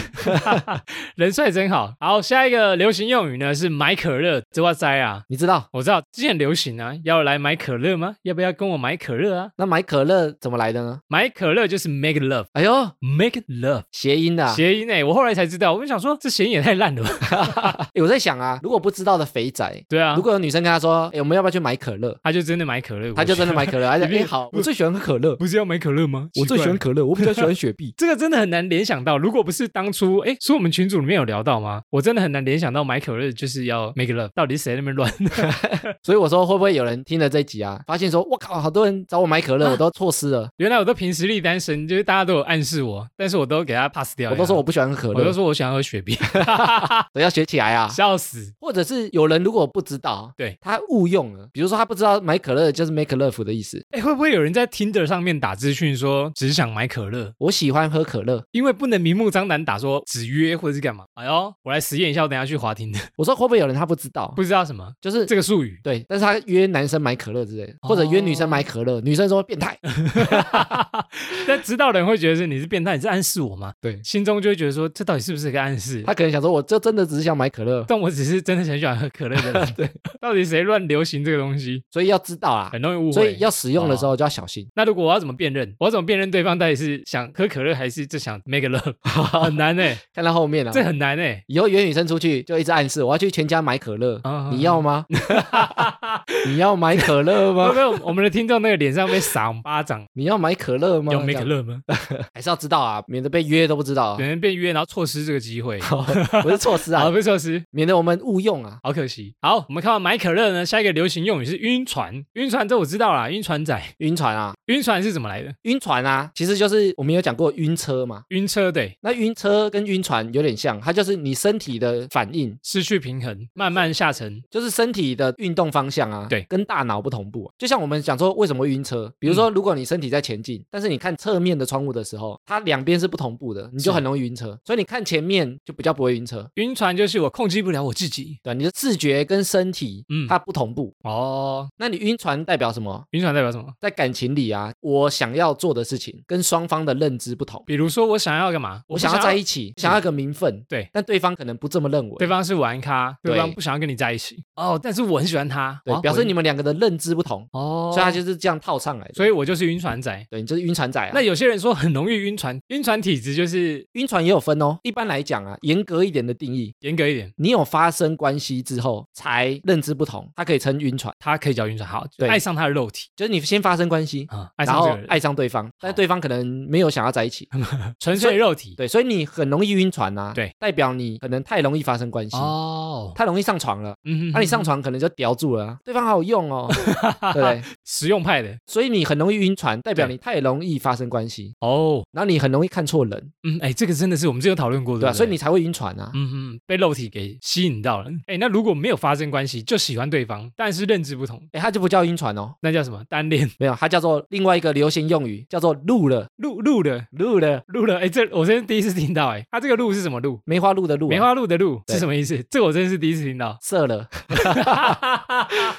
[SPEAKER 1] 人帅真好。好，下一个流行用语呢是买可乐，这哇塞啊！
[SPEAKER 2] 你知道
[SPEAKER 1] 我知道之前流行啊，要来买可乐吗？要不要跟我买可乐啊？
[SPEAKER 2] 那买可乐怎么来的呢？
[SPEAKER 1] 买可乐就是 make love，make
[SPEAKER 2] 哎呦，
[SPEAKER 1] love。
[SPEAKER 2] 谐音的、啊。
[SPEAKER 1] 谐音哎、我后来才知道，我就想说这谐音也太烂了吧。
[SPEAKER 2] 诶我在想啊，如果不知道的肥仔，
[SPEAKER 1] 对啊
[SPEAKER 2] 如，果有女生跟他说，哎、我们要不要去买可乐？
[SPEAKER 1] 他就真的买可乐，
[SPEAKER 2] 他就真的买可乐，而且
[SPEAKER 1] 里面
[SPEAKER 2] 哎好，我最喜欢喝可乐，
[SPEAKER 1] 不是要买可乐吗？
[SPEAKER 2] 我最喜欢
[SPEAKER 1] 奇怪。
[SPEAKER 2] 可乐，我比较喜欢雪 碧。
[SPEAKER 1] 这个真的很难联想到，如果不是当初，哎，所以我们群组里面有聊到吗？我真的很难联想到买可乐就是要 make love，到底是谁在那边乱？
[SPEAKER 2] 所以我说，会不会有人听了这一集啊，发现说，我靠，好多人找我买可
[SPEAKER 1] 啊
[SPEAKER 2] 乐，我都错失了，
[SPEAKER 1] 原来我都凭实力单身，就是大家都有暗示我，但是我都给他 pass 掉。
[SPEAKER 2] 我都说我不喜欢喝可
[SPEAKER 1] 啊我都
[SPEAKER 2] 乐，
[SPEAKER 1] 说我想喝雪碧，
[SPEAKER 2] 所以要学起来啊。
[SPEAKER 1] 笑死！
[SPEAKER 2] 或者是有人如果不知道，
[SPEAKER 1] 对
[SPEAKER 2] 他误用了，比如说他不知道买可乐就是 make love 的意思，
[SPEAKER 1] 哎，会不会有人在 Tinder 上面打资讯说只想买可乐？
[SPEAKER 2] 我喜欢喝可乐。
[SPEAKER 1] 因为不能明目张胆打说只约或者是干嘛？哎呦，我来实验一下，我等一下去滑听的，
[SPEAKER 2] 我说会不会有人他不知道，
[SPEAKER 1] 不知道什么
[SPEAKER 2] 就是
[SPEAKER 1] 这个术语。
[SPEAKER 2] 对，但是他约男生买可乐之类的，或者约女
[SPEAKER 1] 哦
[SPEAKER 2] 生买可乐，女生说变态，
[SPEAKER 1] 嗯但知道的人会觉得是你是变态，你是暗示我吗？
[SPEAKER 2] 对
[SPEAKER 1] 心中就会觉得说这到底是不是个暗示？
[SPEAKER 2] 他可能想说，我就真的只是想买可乐，
[SPEAKER 1] 但我只是真的很喜欢喝可乐的 人。对，到底谁乱流行这个东西，
[SPEAKER 2] 所以要知道啊，
[SPEAKER 1] 很容易误会。哦
[SPEAKER 2] 所以要使用的时候就要小心。
[SPEAKER 1] 那如果我要怎么辨认？我要怎么辨认对方到底是想喝可乐还是就想 make love？很 难呢、
[SPEAKER 2] 看到后面啊，
[SPEAKER 1] 这很难呢、欸。
[SPEAKER 2] 以后约女生出去就一直暗示我要去全家买可乐，
[SPEAKER 1] 啊
[SPEAKER 2] 你要 吗？你要买可乐
[SPEAKER 1] 会不
[SPEAKER 2] 吗？
[SPEAKER 1] 会我们的听众那个脸上被赏巴掌？
[SPEAKER 2] 你要买可乐 吗？
[SPEAKER 1] 有 make
[SPEAKER 2] 这样
[SPEAKER 1] love 吗？
[SPEAKER 2] 还是要知道啊，免得被约都不知道啊
[SPEAKER 1] 有。人被约，然后错失这个机 会，
[SPEAKER 2] 不是措施
[SPEAKER 1] 好
[SPEAKER 2] 啊，
[SPEAKER 1] 被错失，
[SPEAKER 2] 免得我们误用啊。
[SPEAKER 1] 好可惜。好，我们看到买可乐呢，下一个流行用语是晕船。晕船这我知道啦，晕船仔，
[SPEAKER 2] 晕船啊，
[SPEAKER 1] 晕船是怎么来的？
[SPEAKER 2] 晕船啊，其实就是我们有讲过晕车嘛。
[SPEAKER 1] 晕车对，
[SPEAKER 2] 那晕车跟晕船有点像，它就是你身体的反应，
[SPEAKER 1] 失去平衡，慢慢下沉。
[SPEAKER 2] 就是身体的运动方向啊，
[SPEAKER 1] 对
[SPEAKER 2] 跟大脑不同步啊、就像我们讲说，为什么会晕车？比
[SPEAKER 1] 嗯
[SPEAKER 2] 如说，如果你身体在前进，但是你看侧面的窗户的时候，它两边是不同步的，你
[SPEAKER 1] 是
[SPEAKER 2] 就很容易晕车。所以你看前面就比较不会晕车，
[SPEAKER 1] 晕船就是我控制不了我自己。
[SPEAKER 2] 对，你的视觉跟身体
[SPEAKER 1] 嗯
[SPEAKER 2] 它不同步。
[SPEAKER 1] 哦，
[SPEAKER 2] 那你晕船代表什么？
[SPEAKER 1] 晕船代表什么？
[SPEAKER 2] 在感情里啊，我想要做的事情跟双方的认知不同。
[SPEAKER 1] 比如说我想要干嘛？
[SPEAKER 2] 我
[SPEAKER 1] 不
[SPEAKER 2] 想要在一起，想要一个名分，
[SPEAKER 1] 对
[SPEAKER 2] 但对方可能不这么认为，
[SPEAKER 1] 对方是玩咖，对
[SPEAKER 2] 对
[SPEAKER 1] 方不想要跟你在一起。哦，但是我很喜欢他，
[SPEAKER 2] 对
[SPEAKER 1] 哦
[SPEAKER 2] 表示你
[SPEAKER 1] 我
[SPEAKER 2] 们两个的认知不同，
[SPEAKER 1] 哦，
[SPEAKER 2] 所以他就是这样套上来的。
[SPEAKER 1] 所以我就是晕船仔。
[SPEAKER 2] 对你就是晕船仔啊。
[SPEAKER 1] 那有些人说很容易晕船，晕船体质就是
[SPEAKER 2] 晕船也有分哦。一般来讲啊，严格一点的定义，
[SPEAKER 1] 严格一点，
[SPEAKER 2] 你有发生关系之后才认知不同，它可以称晕船。
[SPEAKER 1] 他可以叫晕船，好，就
[SPEAKER 2] 对
[SPEAKER 1] 爱上他的肉体
[SPEAKER 2] 就是你先发生关系，
[SPEAKER 1] 啊，爱
[SPEAKER 2] 然
[SPEAKER 1] 上这
[SPEAKER 2] 后
[SPEAKER 1] 个人，
[SPEAKER 2] 爱上对方，但对方可能没有想要在一起，
[SPEAKER 1] 纯粹肉体。
[SPEAKER 2] 对，所以你很容易晕船啊。
[SPEAKER 1] 对，
[SPEAKER 2] 代表你可能太容易发生关系。
[SPEAKER 1] 哦，
[SPEAKER 2] 太容易上床了，
[SPEAKER 1] 嗯哼，
[SPEAKER 2] 啊那、你上床可能就叼住了、啊，对方好有用 哦，对不对，
[SPEAKER 1] 实用派的
[SPEAKER 2] 所以你很容易晕船，代表
[SPEAKER 1] 对
[SPEAKER 2] 你太容易发生关系，
[SPEAKER 1] 哦，
[SPEAKER 2] 然后你很容易看错人，
[SPEAKER 1] 嗯，哎，这个真的是我们之前有讨论过的，
[SPEAKER 2] 对吧、
[SPEAKER 1] 不
[SPEAKER 2] 所以你。才会晕船啊。
[SPEAKER 1] 嗯嗯，被肉体给吸引到了。哎，那如果没有发生关系，就喜欢对方，但是认知不同，
[SPEAKER 2] 哎，它就不叫晕船哦，
[SPEAKER 1] 那叫什么？单恋。
[SPEAKER 2] 没有，它叫做另外一个流行用语，叫做路了，
[SPEAKER 1] 路路的
[SPEAKER 2] 路了。
[SPEAKER 1] 路了，哎，这我真是第一次听到，哎，他这个路是什么路？
[SPEAKER 2] 梅花鹿的鹿、啊，
[SPEAKER 1] 梅花鹿的鹿
[SPEAKER 2] 对
[SPEAKER 1] 是什么意思？这我真是第一次听到。
[SPEAKER 2] 射了，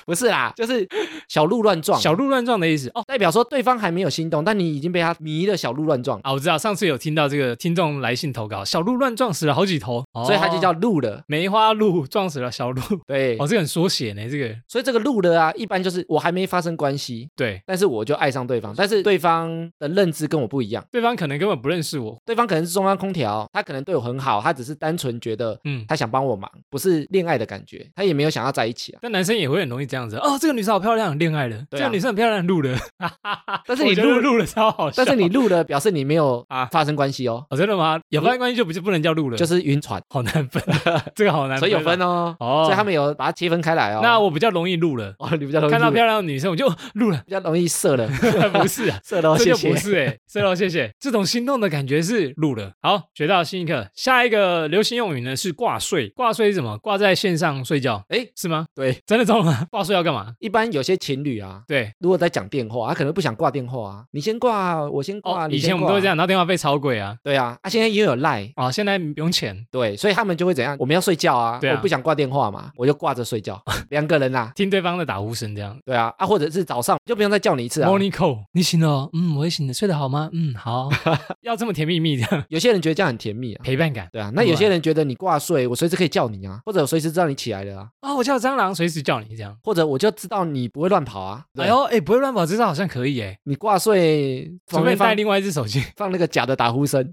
[SPEAKER 2] 不是啦，就是小鹿乱撞，
[SPEAKER 1] 小鹿乱撞的意思哦
[SPEAKER 2] 代表说对方还没有心动，但你已经被他迷的小鹿乱撞，
[SPEAKER 1] 啊，我知道，上次有听到这个听众来信投稿，小鹿乱撞死了好几头，哦
[SPEAKER 2] 所以它就叫鹿了。
[SPEAKER 1] 梅花鹿撞死了小鹿。
[SPEAKER 2] 对，
[SPEAKER 1] 哦，这个很缩写呢，这个
[SPEAKER 2] 所以这个鹿了啊，一般就是我还没发生关系，
[SPEAKER 1] 对，
[SPEAKER 2] 但是我就爱上对方，但是对方的认知跟我不一样，
[SPEAKER 1] 对方可能根本不认识我，
[SPEAKER 2] 对方可能是中央空调，他可能对我很好，他只是单纯觉得
[SPEAKER 1] 嗯。
[SPEAKER 2] 他想帮我忙，不是恋爱的感觉，他也没有想要在一起啊。
[SPEAKER 1] 但男生也会很容易这样子，哦，这个女生好漂亮，恋爱了。这
[SPEAKER 2] 对啊
[SPEAKER 1] 个得女生很漂亮，录了，
[SPEAKER 2] 但是你
[SPEAKER 1] 我觉得
[SPEAKER 2] 录，
[SPEAKER 1] 录了超好笑。
[SPEAKER 2] 但是你录了，表示你没有
[SPEAKER 1] 啊
[SPEAKER 2] 发生关系哦，
[SPEAKER 1] 哦，真的吗？有发生关系就不就不能叫录了，
[SPEAKER 2] 就是是晕船，
[SPEAKER 1] 好难分， 这个好难分啊，
[SPEAKER 2] 所以有分哦，
[SPEAKER 1] 哦。
[SPEAKER 2] 所以他们有把它切分开来哦。
[SPEAKER 1] 那我比较容易录了，
[SPEAKER 2] 哦，你比较容易
[SPEAKER 1] 看到
[SPEAKER 2] 录
[SPEAKER 1] 漂亮的女生我就哦录 了，
[SPEAKER 2] 比较容易射 了，
[SPEAKER 1] 不是啊。
[SPEAKER 2] 射了哦，
[SPEAKER 1] 这
[SPEAKER 2] 谢
[SPEAKER 1] 就不
[SPEAKER 2] 谢。
[SPEAKER 1] 是哎、欸，是喽，谢谢。这种心动的感觉是录了，好，学到新一课。下一个流行用语呢是挂睡，挂睡是什么？挂在线上睡觉，
[SPEAKER 2] 诶
[SPEAKER 1] 是吗？
[SPEAKER 2] 对，
[SPEAKER 1] 真的中了吗？挂睡要干嘛？
[SPEAKER 2] 一般有些情侣啊，
[SPEAKER 1] 对，
[SPEAKER 2] 如果在讲电话，他可能不想挂电话啊，你先挂，我先挂，
[SPEAKER 1] 哦，
[SPEAKER 2] 你
[SPEAKER 1] 以
[SPEAKER 2] 先
[SPEAKER 1] 前我们
[SPEAKER 2] 挂
[SPEAKER 1] 都会这。样，然后电话费超贵啊，
[SPEAKER 2] 对啊，啊，现在也有赖，
[SPEAKER 1] 啊，现在不用钱，
[SPEAKER 2] 对，所以他们就会怎样？我们要睡觉啊，
[SPEAKER 1] 对啊
[SPEAKER 2] 我不想挂电话嘛，我就挂着睡觉，两个人啊，
[SPEAKER 1] 听对方的打呼声这样。
[SPEAKER 2] 对啊，啊，或者是早上就不用再叫你一次啊。
[SPEAKER 1] Morning call，你醒了哦？嗯，我也醒了，睡得好吗？嗯， 好，要这么甜蜜蜜的
[SPEAKER 2] 有些人觉得这样很甜蜜啊，
[SPEAKER 1] 陪伴感
[SPEAKER 2] 对啊，那有些人觉得你挂睡，我随时可以叫你啊，或者我随时知道你起来了啊，
[SPEAKER 1] 啊、哦！我叫蟑螂，随时叫你这样。
[SPEAKER 2] 或者我就知道你不会乱跑啊。对
[SPEAKER 1] 哎呦，哎，不会乱跑，这招好像可以哎，
[SPEAKER 2] 你挂睡，
[SPEAKER 1] 除
[SPEAKER 2] 旁
[SPEAKER 1] 非
[SPEAKER 2] 边
[SPEAKER 1] 带
[SPEAKER 2] 放
[SPEAKER 1] 另外一只手机，
[SPEAKER 2] 放那个假的打呼声，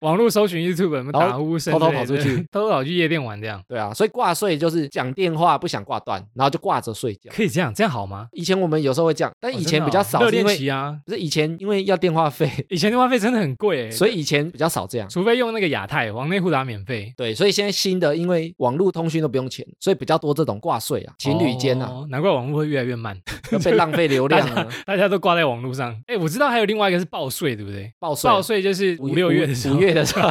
[SPEAKER 1] 网络搜寻 YouTube，我们
[SPEAKER 2] 然后
[SPEAKER 1] 打呼声
[SPEAKER 2] 偷偷
[SPEAKER 1] 之类
[SPEAKER 2] 跑出
[SPEAKER 1] 的
[SPEAKER 2] 去，
[SPEAKER 1] 偷偷跑去夜店玩这样。
[SPEAKER 2] 对啊，所以挂睡就是讲电话不想挂断，然后就挂着睡觉。
[SPEAKER 1] 可以这样，这样好吗？
[SPEAKER 2] 以前我们有时候会这样，
[SPEAKER 1] 哦
[SPEAKER 2] 但以前比较少，
[SPEAKER 1] 热
[SPEAKER 2] 是因
[SPEAKER 1] 恋
[SPEAKER 2] 为
[SPEAKER 1] 期啊，
[SPEAKER 2] 不是以前因为要电话费，
[SPEAKER 1] 以前电话费真的很贵欸，
[SPEAKER 2] 所以以前比较少这样。
[SPEAKER 1] 除非用那个亚太往内互打免费，
[SPEAKER 2] 对，所以现在新的因为网络通讯都不用钱，所以比较多这种挂睡啊，情侣间啊，
[SPEAKER 1] 哦，难怪网络会越来越慢，
[SPEAKER 2] 都被浪费流量啊，
[SPEAKER 1] 大家都挂在网络上。哎，我知道还有另外一个是报税，对不对？
[SPEAKER 2] 报睡啊
[SPEAKER 1] 报税就是五六月的时候，
[SPEAKER 2] 五月的 时候，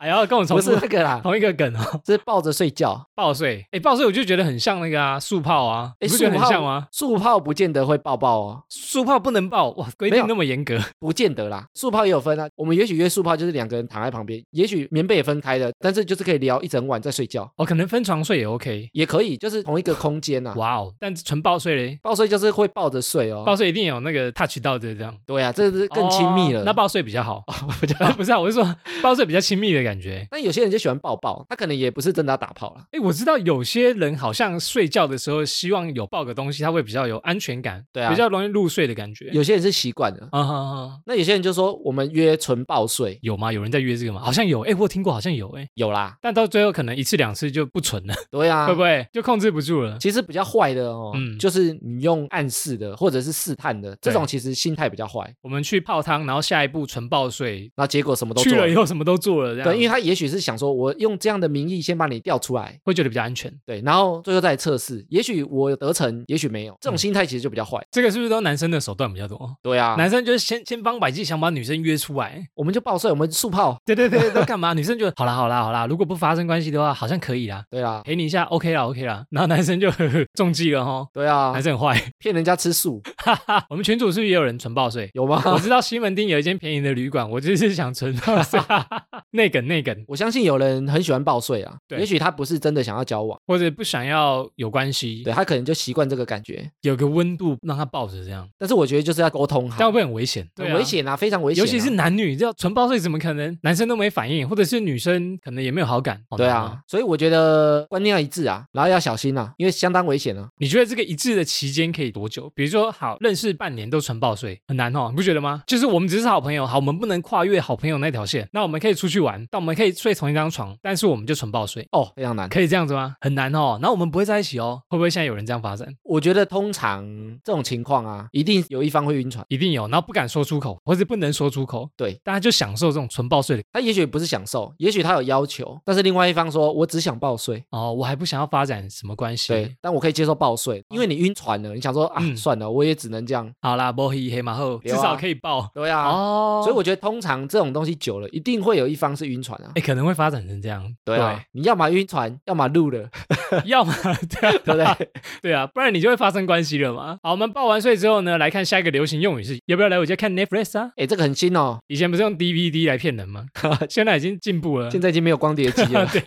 [SPEAKER 1] 还要跟我重
[SPEAKER 2] 不是
[SPEAKER 1] 复
[SPEAKER 2] 那个啦，
[SPEAKER 1] 同一个梗哦。
[SPEAKER 2] 是抱着睡觉。
[SPEAKER 1] 报税，哎，报税我就觉得很像那个啊，速泡啊，
[SPEAKER 2] 哎
[SPEAKER 1] 你不觉得很像吗？
[SPEAKER 2] 速泡不见得会抱抱哦，
[SPEAKER 1] 速泡不能报，哇，规
[SPEAKER 2] 没
[SPEAKER 1] 定
[SPEAKER 2] 有
[SPEAKER 1] 那么严格，
[SPEAKER 2] 不见得啦。速泡也有分啊，我们也许约速泡就是两个人躺在旁边，也许棉被也分开的，但是就是可以聊一整晚在睡觉，
[SPEAKER 1] 哦，可能分床睡也 OK。
[SPEAKER 2] 也可以，就是同一个空间啊。
[SPEAKER 1] 哇哦，但纯报税嘞，
[SPEAKER 2] 抱睡就是会抱着睡哦。
[SPEAKER 1] 报税一定有那个 touch 到的这样。
[SPEAKER 2] 对啊，这是更亲密了。
[SPEAKER 1] 哦那报税比较好，
[SPEAKER 2] 不叫
[SPEAKER 1] 不是啊，我是说抱睡比较亲密的感觉。
[SPEAKER 2] 但有些人就喜欢抱抱，他可能也不是真的要打炮啦。
[SPEAKER 1] 哎，我知道有些人好像睡觉的时候希望有抱个东西，他会比较有安全感，
[SPEAKER 2] 对啊
[SPEAKER 1] 比较容易入睡的感觉。
[SPEAKER 2] 有些人是习惯了，
[SPEAKER 1] 啊哈哈，
[SPEAKER 2] 那有些人就说我们约纯抱睡，
[SPEAKER 1] 有吗？有人在约这个吗？好像有，哎，我有听过，好像有，哎，
[SPEAKER 2] 有啦，
[SPEAKER 1] 但到最后可能一次两次就不纯了，
[SPEAKER 2] 对啊，
[SPEAKER 1] 会不会就控制不住了？
[SPEAKER 2] 其实比较坏的哦，
[SPEAKER 1] 嗯
[SPEAKER 2] 就是你用暗示的或者是试探的，这种其实心态比较坏，
[SPEAKER 1] 我们去泡汤，然后下一步纯抱睡，
[SPEAKER 2] 然后结果什么都
[SPEAKER 1] 去
[SPEAKER 2] 做
[SPEAKER 1] 了以后什么都做了，这样
[SPEAKER 2] 对，因为他也许是想说，我用这样的名义先把你调出来，
[SPEAKER 1] 会觉得比较安全。
[SPEAKER 2] 对，然后最后再测试，也许我有得逞，也许没有，
[SPEAKER 1] 嗯
[SPEAKER 2] 这种心态其实就比较坏。
[SPEAKER 1] 这个是不是都男生的手段比较多？
[SPEAKER 2] 对啊，
[SPEAKER 1] 男生就是千千方百计想把女生约出来，
[SPEAKER 2] 我们就报税，我们速泡，
[SPEAKER 1] 对对 对，都干嘛？女生就好啦好啦好啦，如果不发生关系的话，好像可以啦，
[SPEAKER 2] 对啊，
[SPEAKER 1] 陪你一下，OK 啦 OK 啦。然后男生就 呵呵中计了哈，
[SPEAKER 2] 对啊
[SPEAKER 1] 男，生很坏。
[SPEAKER 2] 骗人家吃素
[SPEAKER 1] 哈哈，我们群主是不是也有人纯报税？
[SPEAKER 2] 有吗？
[SPEAKER 1] 我知道西门町有一间便宜的旅馆，我就是想纯报 税， 内梗内梗，
[SPEAKER 2] 我相信有人很喜欢报税啊，
[SPEAKER 1] 对
[SPEAKER 2] 也许他不是真的想要交往，
[SPEAKER 1] 或者不想要有关系
[SPEAKER 2] 对，啊他可能就习惯这个感觉。
[SPEAKER 1] 有个温度让他抱着这样，
[SPEAKER 2] 但是我觉得就是要沟通
[SPEAKER 1] 这样
[SPEAKER 2] 好
[SPEAKER 1] 会，不会很危险？对
[SPEAKER 2] 很
[SPEAKER 1] 啊
[SPEAKER 2] 危。险啊，非常危险啊、
[SPEAKER 1] 尤其是男女，这纯报税怎么可能？男生都没反应，或者是女生可能也没有好感。好
[SPEAKER 2] 对
[SPEAKER 1] 难哦
[SPEAKER 2] 啊，，所以我觉得观念要一致啊，然后要小心啊，因为相当危险啊。
[SPEAKER 1] 你觉得这个一致的期间可以多久？比如说，好，认识半年都纯报税，很难哦，你不觉得吗？就是我们只是好朋友，好，我们不能跨越好朋友那条线。那我们可以出去玩，但我们可以睡同一张床，但是我们就纯报税，
[SPEAKER 2] 哦，非常难。
[SPEAKER 1] 可以这样子吗？很难哦。然后我们不会在一起哦，会不会现在有人这样发生？
[SPEAKER 2] 我觉得通常这种情况啊，一定有一方会晕船。
[SPEAKER 1] 一定有，然后不敢说出口，或者不能说出口，
[SPEAKER 2] 对，
[SPEAKER 1] 大家就享受这种纯报税的。
[SPEAKER 2] 他也许不是享受，也许他有要求，但是另外一方说，我只想报税。
[SPEAKER 1] 哦，我还不想要发展什么关系。
[SPEAKER 2] 对，，但我可以接受报税，因为你晕船了，你想说啊，
[SPEAKER 1] 嗯
[SPEAKER 2] 算了，我也只能这样。
[SPEAKER 1] 好啦，波黑黑马后，至
[SPEAKER 2] 有啊
[SPEAKER 1] 少可以报。
[SPEAKER 2] 对啊，
[SPEAKER 1] 哦，
[SPEAKER 2] 所以我觉得通常这种东西久了，一定会有一方是晕船啊。
[SPEAKER 1] 哎，可能会发展成这样。
[SPEAKER 2] 对啊，你要么晕船，要么录了，
[SPEAKER 1] 对，要么 对啊
[SPEAKER 2] 对不对？
[SPEAKER 1] 对啊，不然你就会发生关系了嘛。好，我们报完税之后呢，来看下一个流行用语是要不要来我家看 Netflix 啊？
[SPEAKER 2] 哎，这个很新哦，
[SPEAKER 1] 以前不是用 DVD 来骗人 吗？现在已经进步了，
[SPEAKER 2] 现在已经没有光碟机 了。
[SPEAKER 1] 对，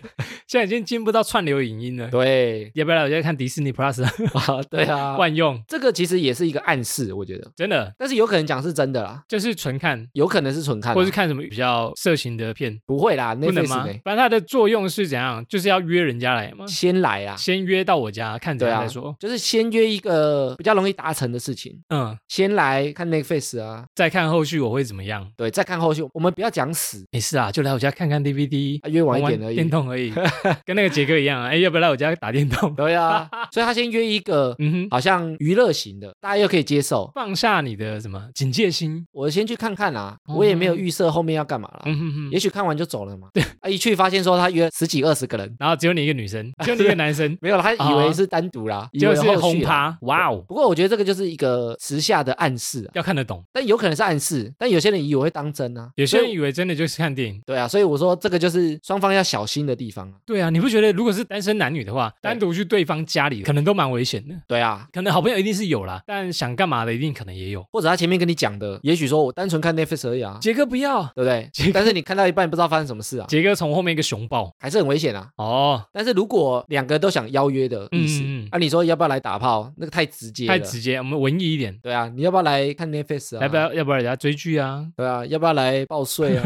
[SPEAKER 1] 现在已经进步到串流影音了。
[SPEAKER 2] 对
[SPEAKER 1] 要不要来我家看迪士尼 Plus 啊？
[SPEAKER 2] 啊，对啊，
[SPEAKER 1] 万用，
[SPEAKER 2] 这个其实也是一个暗示，我觉得，
[SPEAKER 1] 真的
[SPEAKER 2] 但是有可能讲是真的啦，
[SPEAKER 1] 就是纯看，
[SPEAKER 2] 有可能是纯看啊、
[SPEAKER 1] 或是看什么比较色情的片片，
[SPEAKER 2] 不会啦，
[SPEAKER 1] 不
[SPEAKER 2] 那费
[SPEAKER 1] 能
[SPEAKER 2] 事
[SPEAKER 1] 吗
[SPEAKER 2] 没？
[SPEAKER 1] 反正它的作用是怎样？就是要约人家来嘛，
[SPEAKER 2] 先来啦，
[SPEAKER 1] 先约到我家看怎
[SPEAKER 2] 啊对
[SPEAKER 1] 样
[SPEAKER 2] 啊
[SPEAKER 1] 再说，，
[SPEAKER 2] 就是先约一个比较容易达成的事情，
[SPEAKER 1] 嗯，
[SPEAKER 2] 先来看 Netflix 啊，
[SPEAKER 1] 再看后续我会怎么样。
[SPEAKER 2] 对，再看后续，我们不要讲死，
[SPEAKER 1] 没事啊，就来我家看看 DVD，
[SPEAKER 2] 啊约晚一
[SPEAKER 1] 玩
[SPEAKER 2] 点而
[SPEAKER 1] 玩
[SPEAKER 2] 已。
[SPEAKER 1] 电动而已， 跟那个杰哥一样啊。哎，要不要来我家打电动？
[SPEAKER 2] 对啊，所以他先约一个
[SPEAKER 1] 嗯哼，
[SPEAKER 2] 好像娱乐型的，大家又可以接受。
[SPEAKER 1] 放下你的什么警戒心？
[SPEAKER 2] 我先去看看啊，我也没有预设后面要干嘛啦，
[SPEAKER 1] 哦嗯哼哼
[SPEAKER 2] 也。许看完就走了嘛。对，啊，一去发现说他约十几二十个人，，
[SPEAKER 1] 然后只有你一个女生，只有你一个男生
[SPEAKER 2] 没有啦，他以为
[SPEAKER 1] 啊
[SPEAKER 2] 是单独啦，以
[SPEAKER 1] 就
[SPEAKER 2] 为
[SPEAKER 1] 是
[SPEAKER 2] 后
[SPEAKER 1] 轰
[SPEAKER 2] 续啊啦。
[SPEAKER 1] 趴，哇哦，
[SPEAKER 2] 不过我觉得这个就是一个时下的暗示啊，
[SPEAKER 1] 要看得懂。
[SPEAKER 2] 但有可能是暗示，但有些人以为会当真啊，
[SPEAKER 1] 有些
[SPEAKER 2] 所
[SPEAKER 1] 人
[SPEAKER 2] 以
[SPEAKER 1] 以为真的就是看电影。
[SPEAKER 2] 对啊，所以我说这个就是双方要小心的地方啊。
[SPEAKER 1] 对啊，你不觉得如果是单身男女的话，
[SPEAKER 2] 对
[SPEAKER 1] 单独去对方家里，可能都蛮危险的。
[SPEAKER 2] 对啊，
[SPEAKER 1] 可能好朋友一定是有啦，但想干嘛的一定可能也有。
[SPEAKER 2] 或者他前面跟你讲的，也许说我单纯看 Netflix 而已啊，
[SPEAKER 1] 杰哥不要，
[SPEAKER 2] 对 不
[SPEAKER 1] 结果
[SPEAKER 2] 对？但是你看到一半不知道发生什么事啊，
[SPEAKER 1] 杰哥从后面一个熊抱。
[SPEAKER 2] 还是很危险啊。
[SPEAKER 1] 哦，
[SPEAKER 2] 但是如果两个都想邀约的意
[SPEAKER 1] 嗯
[SPEAKER 2] 思，
[SPEAKER 1] 嗯嗯
[SPEAKER 2] 啊，你说要不要来打炮？那个太直接了，
[SPEAKER 1] 太直接，我们文艺一点，
[SPEAKER 2] 对啊，你要不要来看 Netflix 啊？
[SPEAKER 1] 要不？要要不然人家追剧啊，
[SPEAKER 2] 对啊，要不要来报税啊？。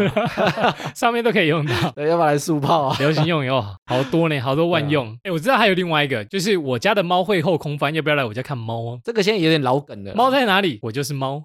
[SPEAKER 1] 上面都可以用到
[SPEAKER 2] 对，要不要来速泡啊？
[SPEAKER 1] 流行用语哦，好多呢，好多万用。哎、我知道还有另外一个，就是我家的猫会后空翻，要不要来我家看猫哦？
[SPEAKER 2] 这个现在有点老梗了啦，
[SPEAKER 1] 猫在哪里？我就是 猫，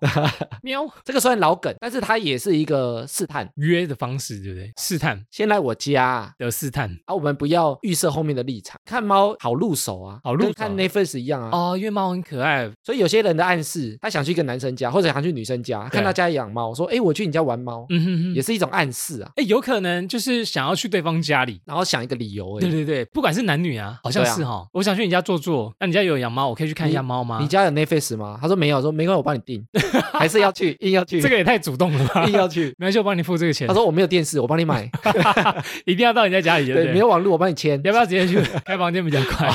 [SPEAKER 1] 喵。
[SPEAKER 2] 这个虽然老梗，但是它也是一个试探，
[SPEAKER 1] 约的方式，对不对？试探
[SPEAKER 2] 先来我家啊。
[SPEAKER 1] 的试探。
[SPEAKER 2] 啊，我们不要预设后面的立场，看猫好入手啊，
[SPEAKER 1] 好入
[SPEAKER 2] 跟
[SPEAKER 1] 手
[SPEAKER 2] 看 Netflix 一样啊。
[SPEAKER 1] 哦，因为猫很可爱，
[SPEAKER 2] 所以有些人的暗示，他想去一个男生家，或者想去女生家，看他家养猫，说：“哎，我去你家玩猫。
[SPEAKER 1] 嗯哼
[SPEAKER 2] 也
[SPEAKER 1] 哼，
[SPEAKER 2] 是一种暗示啊。
[SPEAKER 1] 哎，有可能就是想要去对方家里。
[SPEAKER 2] 然后想一个理由而
[SPEAKER 1] 对
[SPEAKER 2] 已。
[SPEAKER 1] 对对，不管是男女啊，好像
[SPEAKER 2] 对啊
[SPEAKER 1] 是哈、我想去你家坐坐，那你家有养猫，我可以去看一下猫吗？
[SPEAKER 2] 啊你家有 Netflix 吗？他说没有，说没关系，我帮你 订，还是要去，硬要去，
[SPEAKER 1] 这个也太主动了吧
[SPEAKER 2] ？硬要去。
[SPEAKER 1] 没关系，我帮你付这个钱
[SPEAKER 2] 他。说我没有电视，我帮你买，
[SPEAKER 1] 一定要到人家家里，对不
[SPEAKER 2] 对，
[SPEAKER 1] 对？
[SPEAKER 2] 没有网络，我帮你签
[SPEAKER 1] 你。要不要直接去开房间比较 快？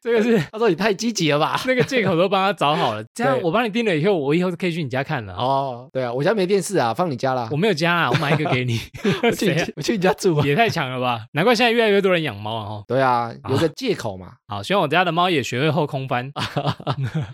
[SPEAKER 1] 这个是
[SPEAKER 2] 他说你太积极了吧？
[SPEAKER 1] 那个借口都帮他找好了，这样
[SPEAKER 2] 对
[SPEAKER 1] 我帮你订了以后，我以后就可以去你家看了。哦，
[SPEAKER 2] 哦，对啊，我家没电视啊，放你家啦
[SPEAKER 1] 我。没有家啊，我买一个给你。
[SPEAKER 2] 我去
[SPEAKER 1] 谁
[SPEAKER 2] 你
[SPEAKER 1] 啊
[SPEAKER 2] 家，我去你家住 啊。
[SPEAKER 1] 也太强了吧！难怪现在越来越多人养猫啊！哦，
[SPEAKER 2] 对啊，有个借口嘛，
[SPEAKER 1] 好，希望我家的猫也学会后空翻，哦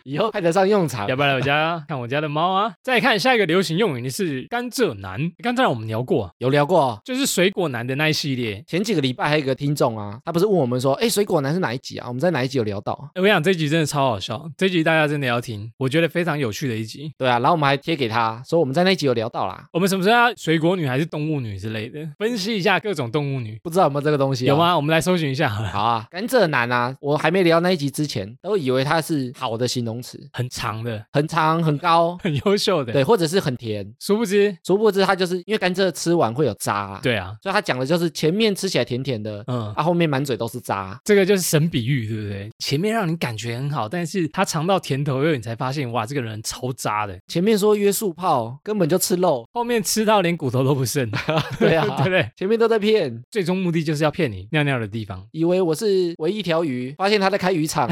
[SPEAKER 2] 以后派得上用场
[SPEAKER 1] 要。不要来我家看我家的猫啊？再看下一个流行用语，是甘蔗男。甘蔗男我们聊过啊，
[SPEAKER 2] 有聊过哦，
[SPEAKER 1] 就是水果男的那一系列。
[SPEAKER 2] 前几个礼拜还有一个听众啊，他不是问我们说，哎，水果男是哪一集啊？我们在哪一集有聊到啊？
[SPEAKER 1] 哎我想这集真的超好笑，这集大家真的要听，我觉得非常有趣的一集。
[SPEAKER 2] 对啊，然后我们还贴给他说我们在那一集有聊到啦，
[SPEAKER 1] 我们什么时候要水果女还是动物女之类的，分析一下各种动物女
[SPEAKER 2] 不知道有没有这个东西、哦
[SPEAKER 1] 有？吗？我们来搜寻一下好了。
[SPEAKER 2] 好啊，甘蔗男啊，我还没聊那一集之前，都以为它是好的形容词，
[SPEAKER 1] 很长的，
[SPEAKER 2] 很长很 高，
[SPEAKER 1] 很优秀的，
[SPEAKER 2] 对，或者是很甜。
[SPEAKER 1] 殊不知，
[SPEAKER 2] 殊不知它就是因为甘蔗吃完会有渣、啊，，
[SPEAKER 1] 对啊，
[SPEAKER 2] 所以他讲的就是前面吃起来甜甜的，
[SPEAKER 1] 嗯，
[SPEAKER 2] 啊，后面满嘴都是渣。
[SPEAKER 1] 这个就是神比喻，对不对？前面让你感觉很好，但是他尝到甜头以后，你才发现，哇，这个人超渣的。
[SPEAKER 2] 前面说约束炮根本就吃肉，
[SPEAKER 1] 后面吃到连骨头都不剩， 对
[SPEAKER 2] 对啊，
[SPEAKER 1] 对不对？
[SPEAKER 2] 前面都在骗，
[SPEAKER 1] 最终目的就是要骗你尿尿的地方，
[SPEAKER 2] 以为我是唯一一条鱼，发现他在开渔 场，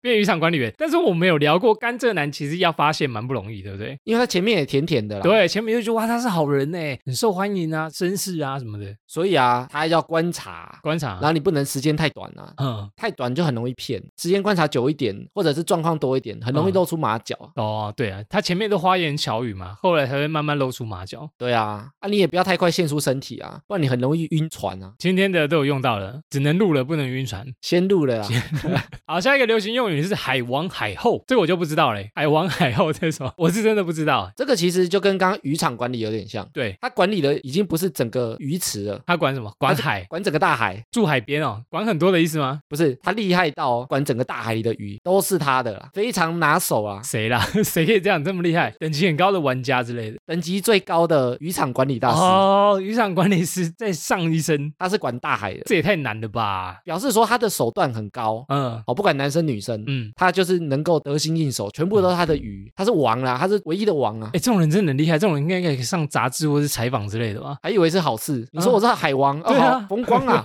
[SPEAKER 1] 变渔场管理员。但是我们有聊过，甘蔗男其实要发现蛮不容易，对不对？
[SPEAKER 2] 因为他前面也甜甜的啦，，
[SPEAKER 1] 对，前面就觉得哇，他是好人呢，很受欢迎啊，绅士啊什么的，
[SPEAKER 2] 所以啊，他要观察，
[SPEAKER 1] 观
[SPEAKER 2] 然
[SPEAKER 1] 察，
[SPEAKER 2] 后你不能时间太短啊，
[SPEAKER 1] 嗯，
[SPEAKER 2] 太短就很容易骗，时间观察久一点，或者是状况多一点，很容易
[SPEAKER 1] 嗯
[SPEAKER 2] 露出马脚。
[SPEAKER 1] 哦，对啊，他前面都花言巧语嘛，后来才会慢慢露出马脚。
[SPEAKER 2] 对啊，啊你也不要太快献出身体啊，不然你很容易晕船啊，
[SPEAKER 1] 今天的都有用到了，只能录了，不能晕船。
[SPEAKER 2] 先入了啊。
[SPEAKER 1] 好，下一个流行用语是海王海后，这个我就不知道嘞。海王海后这是什么？ 我是真的不知道。
[SPEAKER 2] 这个其实就跟刚刚渔场管理有点像，
[SPEAKER 1] 对
[SPEAKER 2] 它管理的已经不是整个鱼池了，
[SPEAKER 1] 他管什么？管海，
[SPEAKER 2] 管整个大海，
[SPEAKER 1] 住海边哦，管很多的意思吗？
[SPEAKER 2] 不是它厉害到哦管整个大海里的鱼都是它的啦，非常拿手啊，
[SPEAKER 1] 谁啦？ 谁可以这样这么厉害？等级很高的玩家之类的。
[SPEAKER 2] 等级最高的渔场管理大师，
[SPEAKER 1] 哦，渔场管理师再上一升，
[SPEAKER 2] 他是管大海的，
[SPEAKER 1] 这也太难了吧？
[SPEAKER 2] 表示说他的手段很高
[SPEAKER 1] 嗯
[SPEAKER 2] 哦，不管男生女生。
[SPEAKER 1] 嗯，
[SPEAKER 2] 他就是能够得心应手，全部都是他的鱼，他是王啦，他是唯一的王啊
[SPEAKER 1] 哎，，这种人真的很厉害，这种人应该可以上杂志或是采访之类的 吧？
[SPEAKER 2] 还以为是好事。你
[SPEAKER 1] 啊
[SPEAKER 2] 说我是海王，哦
[SPEAKER 1] 对啊
[SPEAKER 2] 好风光啊，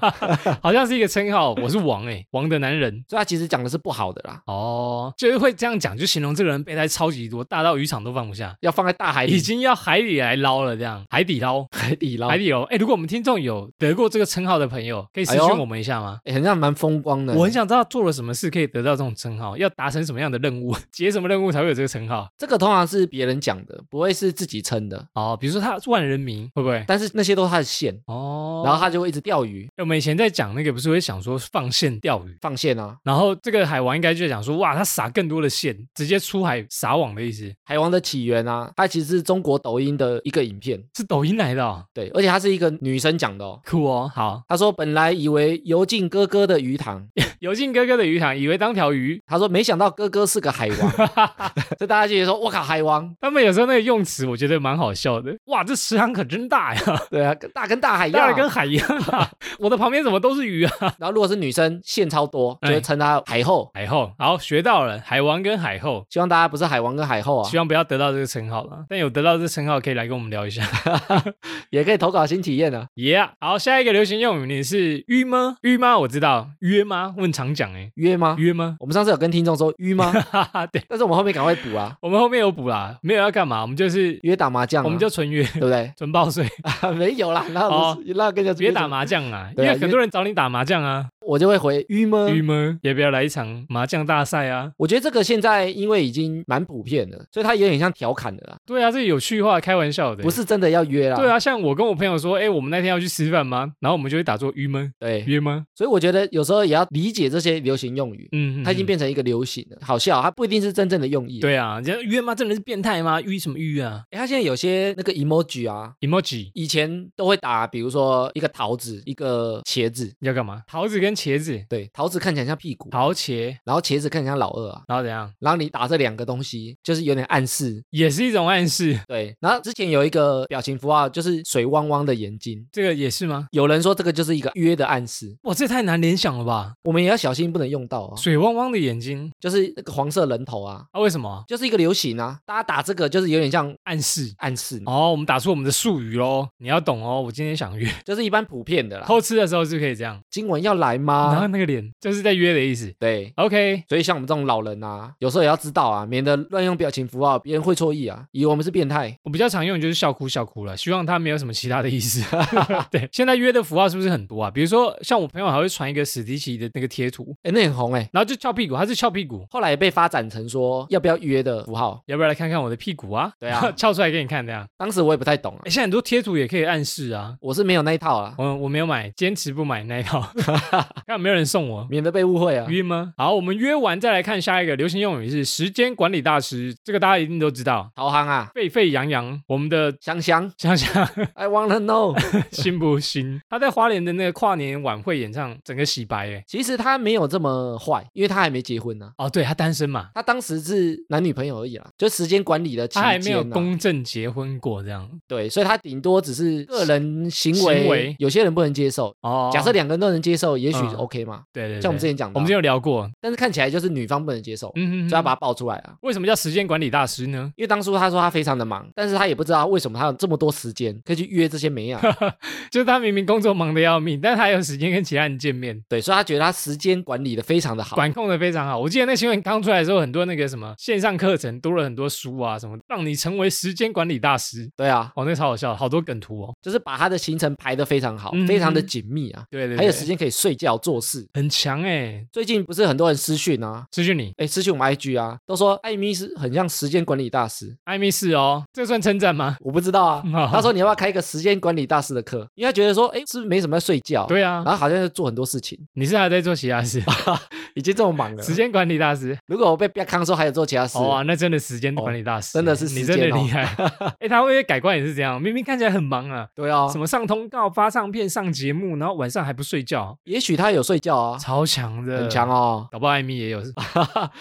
[SPEAKER 1] 好像是一个称号，我是王哎、王的男人。
[SPEAKER 2] 所以他其实讲的是不好的啦，
[SPEAKER 1] 哦，就是会这样讲，就形容这个人备胎超级多，大到渔场都放不下，
[SPEAKER 2] 要放在大海
[SPEAKER 1] 已
[SPEAKER 2] 里
[SPEAKER 1] 经要海里来捞了，这样海底捞。
[SPEAKER 2] 海 底捞，
[SPEAKER 1] 海底捞，哎、如果我们听众有得过这个称号的朋友，可以私
[SPEAKER 2] 哎
[SPEAKER 1] 讯
[SPEAKER 2] 呦
[SPEAKER 1] 我们一下吗？
[SPEAKER 2] 欸很像蛮风光的。
[SPEAKER 1] 我很想知道做了什么事可以得到这种称号，要达成什么样的任务， 解什么任务才会有这个称号？
[SPEAKER 2] 这个通常是别人讲的，不会是自己称的。
[SPEAKER 1] 哦，比如说他是万人迷，会不会？
[SPEAKER 2] 但是那些都是他的线，
[SPEAKER 1] 哦，哎
[SPEAKER 2] 然后他就会一直钓鱼
[SPEAKER 1] 我们以前在讲那个，不是会想说放线钓鱼，
[SPEAKER 2] 放线啊。
[SPEAKER 1] 然后这个海王应该就想说，哇，他撒更多的线，直接出海撒网的意思，
[SPEAKER 2] 海王的起源啊，它其实是中国抖音的一个影片，
[SPEAKER 1] 是抖音来的、哦，
[SPEAKER 2] 对，而且它是一个女生讲的哦。
[SPEAKER 1] 酷哦。好，
[SPEAKER 2] 她说本来以为游进哥哥的鱼塘，
[SPEAKER 1] 游进哥哥的鱼塘，以为当条鱼，
[SPEAKER 2] 她说没想到哥哥是个海 王，这大家就觉得说，我靠，海王，
[SPEAKER 1] 他们有时候那个用词，我觉得蛮好笑的。哇，这池塘可真大 呀，
[SPEAKER 2] 对啊，跟大跟大海一样
[SPEAKER 1] 大
[SPEAKER 2] 啊。
[SPEAKER 1] 的跟海一样大。 我的旁边怎么都是鱼啊？
[SPEAKER 2] 然后如果是女生线超多，就
[SPEAKER 1] 哎
[SPEAKER 2] 会称她海后。
[SPEAKER 1] 海后，好，学到了，海王跟海后。
[SPEAKER 2] 希望大家不是海王跟海后啊
[SPEAKER 1] 希，望不要得到这个称号了，但有得到这个称号可以来跟我们聊一下。
[SPEAKER 2] 也可以投稿新体验啊。
[SPEAKER 1] yeah，好，下一个流行用语你是约吗？约吗？我知道，约吗？问常讲哎、
[SPEAKER 2] 约吗？
[SPEAKER 1] 约吗？
[SPEAKER 2] 我们上次有跟听众说约吗？
[SPEAKER 1] 哈哈，对，
[SPEAKER 2] 但是我们后面赶快补啊，
[SPEAKER 1] 我们后面有补啦，没有要干嘛，我们就是、
[SPEAKER 2] 约打麻将啊、
[SPEAKER 1] 我们就纯约
[SPEAKER 2] 对不对？
[SPEAKER 1] 纯报 税，
[SPEAKER 2] 啊，没有啦，那
[SPEAKER 1] 哦
[SPEAKER 2] 那跟人家
[SPEAKER 1] 别打，麻将啊，因
[SPEAKER 2] 对啊
[SPEAKER 1] 为很多人找你打麻将啊，
[SPEAKER 2] 我就会回郁
[SPEAKER 1] 郁
[SPEAKER 2] 闷。
[SPEAKER 1] 闷，也不要来一场麻将大赛啊。
[SPEAKER 2] 我觉得这个现在因为已经蛮普遍的，所以它有点像调侃的啦，
[SPEAKER 1] 对啊，这有趣话，开玩笑的，欸
[SPEAKER 2] 不？是真的要约啦。
[SPEAKER 1] 对，啊，像我跟我朋友说，哎，我们那天要去吃饭吗？然后我们就会打作郁闷，
[SPEAKER 2] 对，
[SPEAKER 1] 约吗？
[SPEAKER 2] 所以我觉得有时候也要理解这些流行用语，
[SPEAKER 1] 嗯，嗯
[SPEAKER 2] 它已经
[SPEAKER 1] 嗯
[SPEAKER 2] 变成一个流行了，好笑，它不一定是真正的用意。，
[SPEAKER 1] 对啊，人家约吗？这人是变态吗？约什么约啊
[SPEAKER 2] 它现在有些那个 emoji 啊。
[SPEAKER 1] ？emoji
[SPEAKER 2] 以前都会打，比如说一个桃子，一个茄子，
[SPEAKER 1] 要干嘛？桃子跟茄子，
[SPEAKER 2] 对，桃子看起来像屁股，
[SPEAKER 1] 桃茄，
[SPEAKER 2] 然后茄子看起来像老二啊，
[SPEAKER 1] 然后怎样？
[SPEAKER 2] 然后你打这两个东西，就是有点暗示，
[SPEAKER 1] 也是一种暗示，
[SPEAKER 2] 对，然后之前有一个表情符号，就是水汪汪的眼睛。
[SPEAKER 1] 这个也是吗？
[SPEAKER 2] 有人说这个就是一个约的暗示，
[SPEAKER 1] 哇，这太难联想了吧！
[SPEAKER 2] 我们也要小心不能用到啊。
[SPEAKER 1] 水汪汪的眼睛
[SPEAKER 2] 就是那个黄色人头啊，
[SPEAKER 1] 啊，为什么啊？
[SPEAKER 2] 就是一个流行啊，大家打这个就是有点像
[SPEAKER 1] 暗示
[SPEAKER 2] 暗示，
[SPEAKER 1] 哦，我们打出我们的术语喽，你要懂哦。我今天想约，
[SPEAKER 2] 就是一般普遍的啦。
[SPEAKER 1] 偷吃的时候是可以这样，
[SPEAKER 2] 今晚要来
[SPEAKER 1] 然后
[SPEAKER 2] 吗？
[SPEAKER 1] 那个脸就是在约的意思。
[SPEAKER 2] 对。
[SPEAKER 1] OK，
[SPEAKER 2] 所以像我们这种老人啊，有时候也要知道啊，免得乱用表情符号，别人会错意啊，以为我们是变态。
[SPEAKER 1] 我比较常用的就是笑哭笑哭了，希望它没有什么其他的意思。 对，现在约的符号是不是很多啊？比如说像我朋友还会传一个史迪奇的那个贴图，
[SPEAKER 2] 哎，那很红哎、
[SPEAKER 1] 然后就翘屁股，他是翘屁股，
[SPEAKER 2] 后来也被发展成说要不要约的符号。
[SPEAKER 1] 要不要来看看我的屁股啊？
[SPEAKER 2] 对 啊
[SPEAKER 1] 翘出来给你看这样。
[SPEAKER 2] 当时我也不太懂啊
[SPEAKER 1] 哎，，现在很多贴图也可以暗示啊。
[SPEAKER 2] 我是没有那一套啊，
[SPEAKER 1] 我我没有买，坚持不买那一套， 看有没有人送我。
[SPEAKER 2] 免得被误会啊。
[SPEAKER 1] 约吗？好，我们约完再来看下一个流行用语是时间管理大师，这个大家一定都知道，
[SPEAKER 2] 陶行啊，
[SPEAKER 1] 沸沸扬扬。我们的
[SPEAKER 2] 香香
[SPEAKER 1] 想想
[SPEAKER 2] ，I wanna know。
[SPEAKER 1] 新不新？他在花莲的那个跨年晚会演唱，整个洗白哎。
[SPEAKER 2] 其实他没有这么坏，因为他还没结婚呢、啊
[SPEAKER 1] 哦，对他单身嘛，
[SPEAKER 2] 他当时是男女朋友而已啦，就时间管理的期
[SPEAKER 1] 他
[SPEAKER 2] 间、啊，
[SPEAKER 1] 还没有公证结婚过这样。
[SPEAKER 2] 对，所以他顶多只是个人行为，
[SPEAKER 1] 行为
[SPEAKER 2] 有些人不能接受。
[SPEAKER 1] 哦，
[SPEAKER 2] 假设两个人都能接受，也许
[SPEAKER 1] 嗯
[SPEAKER 2] OK 嘛。
[SPEAKER 1] 对哦对，
[SPEAKER 2] 像我们之
[SPEAKER 1] 对
[SPEAKER 2] 前讲
[SPEAKER 1] 我
[SPEAKER 2] 的啊，
[SPEAKER 1] 们之前有聊过，
[SPEAKER 2] 但是看起来就是女方不能接受，
[SPEAKER 1] 嗯
[SPEAKER 2] 所以他把他爆出来啊。
[SPEAKER 1] 为什么叫时间管理大师呢？
[SPEAKER 2] 因为当初他说他非常的忙，但是他也不知道为什么他有这么多时间可以去约这些 美啊。
[SPEAKER 1] 就是他明明工作忙得要命，但他还有时间跟其他人见面。
[SPEAKER 2] 对，所以他觉得他时间管理的非常的好。
[SPEAKER 1] 管控的非常好。我记得那新闻刚出来的时候，很多那个什么线上课程多了很多书啊，什么让你成为时间管理大师。
[SPEAKER 2] 对啊，
[SPEAKER 1] 哦，那个超好笑，好多梗图哦。
[SPEAKER 2] 就是把他的行程排得非常好，
[SPEAKER 1] 嗯
[SPEAKER 2] 非常的紧密啊，
[SPEAKER 1] 对对对，
[SPEAKER 2] 还有时间可以睡觉做事。
[SPEAKER 1] 很强哎，
[SPEAKER 2] 最近不是很多人私讯啊，
[SPEAKER 1] 失去你，
[SPEAKER 2] 哎，私信我们 IG 啊，都说艾米是很像时间管理大师，
[SPEAKER 1] 艾米是哦，这算称赞吗？
[SPEAKER 2] 我不知 道啊
[SPEAKER 1] 嗯好。
[SPEAKER 2] 他说你要不要开一个时间管理大师的课？因为他觉得说，哎，是不是没什么要睡觉？、
[SPEAKER 1] 对啊
[SPEAKER 2] 然，后好像在做很多事情，
[SPEAKER 1] 你是还在做其他 事？
[SPEAKER 2] 已经这么忙了。
[SPEAKER 1] 时间管理大师，
[SPEAKER 2] 如果我被不要康说还有做其他事，
[SPEAKER 1] 哦啊，那真的时间管理大师欸，
[SPEAKER 2] 真的是
[SPEAKER 1] 你
[SPEAKER 2] 时
[SPEAKER 1] 真的
[SPEAKER 2] 间哦
[SPEAKER 1] 厉害。 哎，他会不会改观也是这样，明明看起来很忙啊，
[SPEAKER 2] 对啊
[SPEAKER 1] 什，么上通告、发唱片、上节目，然后晚上还不睡觉，
[SPEAKER 2] 也许他有睡觉啊，
[SPEAKER 1] 超强的，
[SPEAKER 2] 哦很强哦。
[SPEAKER 1] 搞不好艾米也有，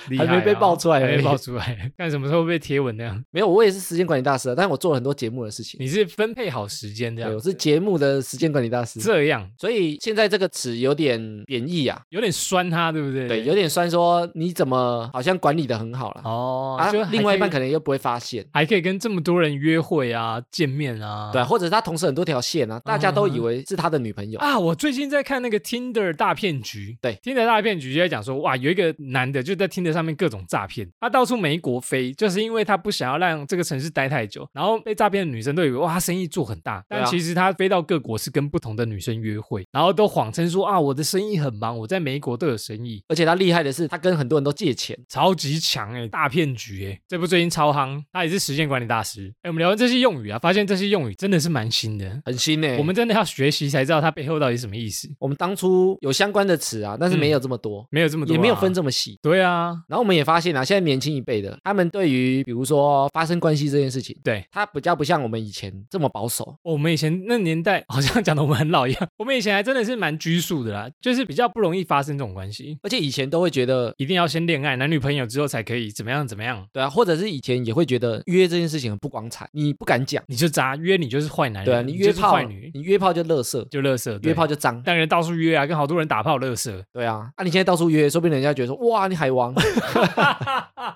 [SPEAKER 1] 厉害
[SPEAKER 2] 还
[SPEAKER 1] 啊
[SPEAKER 2] 没被爆出来
[SPEAKER 1] 还
[SPEAKER 2] 而
[SPEAKER 1] 没
[SPEAKER 2] 已
[SPEAKER 1] 爆出来，看什么时候被贴文那样。
[SPEAKER 2] 没有，我也是时间管理大师啊，但是我做了很多节目的事情。
[SPEAKER 1] 你是分配好时间这
[SPEAKER 2] 对，
[SPEAKER 1] 样
[SPEAKER 2] 我，是节目的时间管理大师。
[SPEAKER 1] 这样
[SPEAKER 2] 所以现在这个词有点贬义啊，
[SPEAKER 1] 有点酸他，对不对？对
[SPEAKER 2] 对，有点酸说你怎么好像管理的很好啦。
[SPEAKER 1] 哦，
[SPEAKER 2] 啊
[SPEAKER 1] 就还，
[SPEAKER 2] 另外一半
[SPEAKER 1] 可以
[SPEAKER 2] 可能又不会发现，
[SPEAKER 1] 还可以跟这么多人约会啊，见面啊，嗯
[SPEAKER 2] 对啊，或者是他同时很多条线啊，大家都以为是他的女朋友，
[SPEAKER 1] 啊，我最近在看那个 Tinder 大骗局，
[SPEAKER 2] 对
[SPEAKER 1] ，Tinder 大骗局就在讲说，哇，有一个男的就在 Tinder 上面各种诈骗，他到处美国飞，就是因为他不想要让这个城市待太久，然后被诈骗的女生都以为哇，他生意做很大，
[SPEAKER 2] 对
[SPEAKER 1] 但
[SPEAKER 2] 啊
[SPEAKER 1] 其实他飞到各国是跟不同的女生约会，然后都谎称说啊，我的生意很忙，我在美国都有生意，
[SPEAKER 2] 而且他厉害的是他跟很多人都借钱，
[SPEAKER 1] 超级强哎、大骗局哎、这部最近超夯，他也是时间管理大师。哎、我们聊完这些用语啊，发现这些用语真的是蛮新的。
[SPEAKER 2] 很新呢、
[SPEAKER 1] 我们真的要学习才知道它背后到底什么意思，
[SPEAKER 2] 我们当初有相关的词啊，但是没有这么多，
[SPEAKER 1] 没有嗯这么多、啊
[SPEAKER 2] 也没有分。这么细。
[SPEAKER 1] 对啊，
[SPEAKER 2] 然后我们也发现啊，现在年轻一辈的，他们对于比如说发生关系这件事情，
[SPEAKER 1] 对
[SPEAKER 2] 他比较不像我们以前这么保守。
[SPEAKER 1] 我们以前那年代好像讲的我们很老一样，我们以前还真的是蛮拘束的啦，就是比较不容易发生这种关系，
[SPEAKER 2] 而且以前都会觉得，
[SPEAKER 1] 一定要先恋爱，男女朋友之后才可以怎么样怎么样，
[SPEAKER 2] 对啊，或者是以前也会觉得约这件事情很不光彩，你不敢讲，
[SPEAKER 1] 你就渣约哎你就是坏男人，
[SPEAKER 2] 对啊，你约
[SPEAKER 1] 就是
[SPEAKER 2] 炮
[SPEAKER 1] 坏，女
[SPEAKER 2] 你约炮就乐色，
[SPEAKER 1] 就乐色，对
[SPEAKER 2] 约炮就脏，
[SPEAKER 1] 当然到处约啊，跟好多人打炮乐色，
[SPEAKER 2] 对啊，啊你现在到处约，说不定人家觉得说，哇，你 海王，对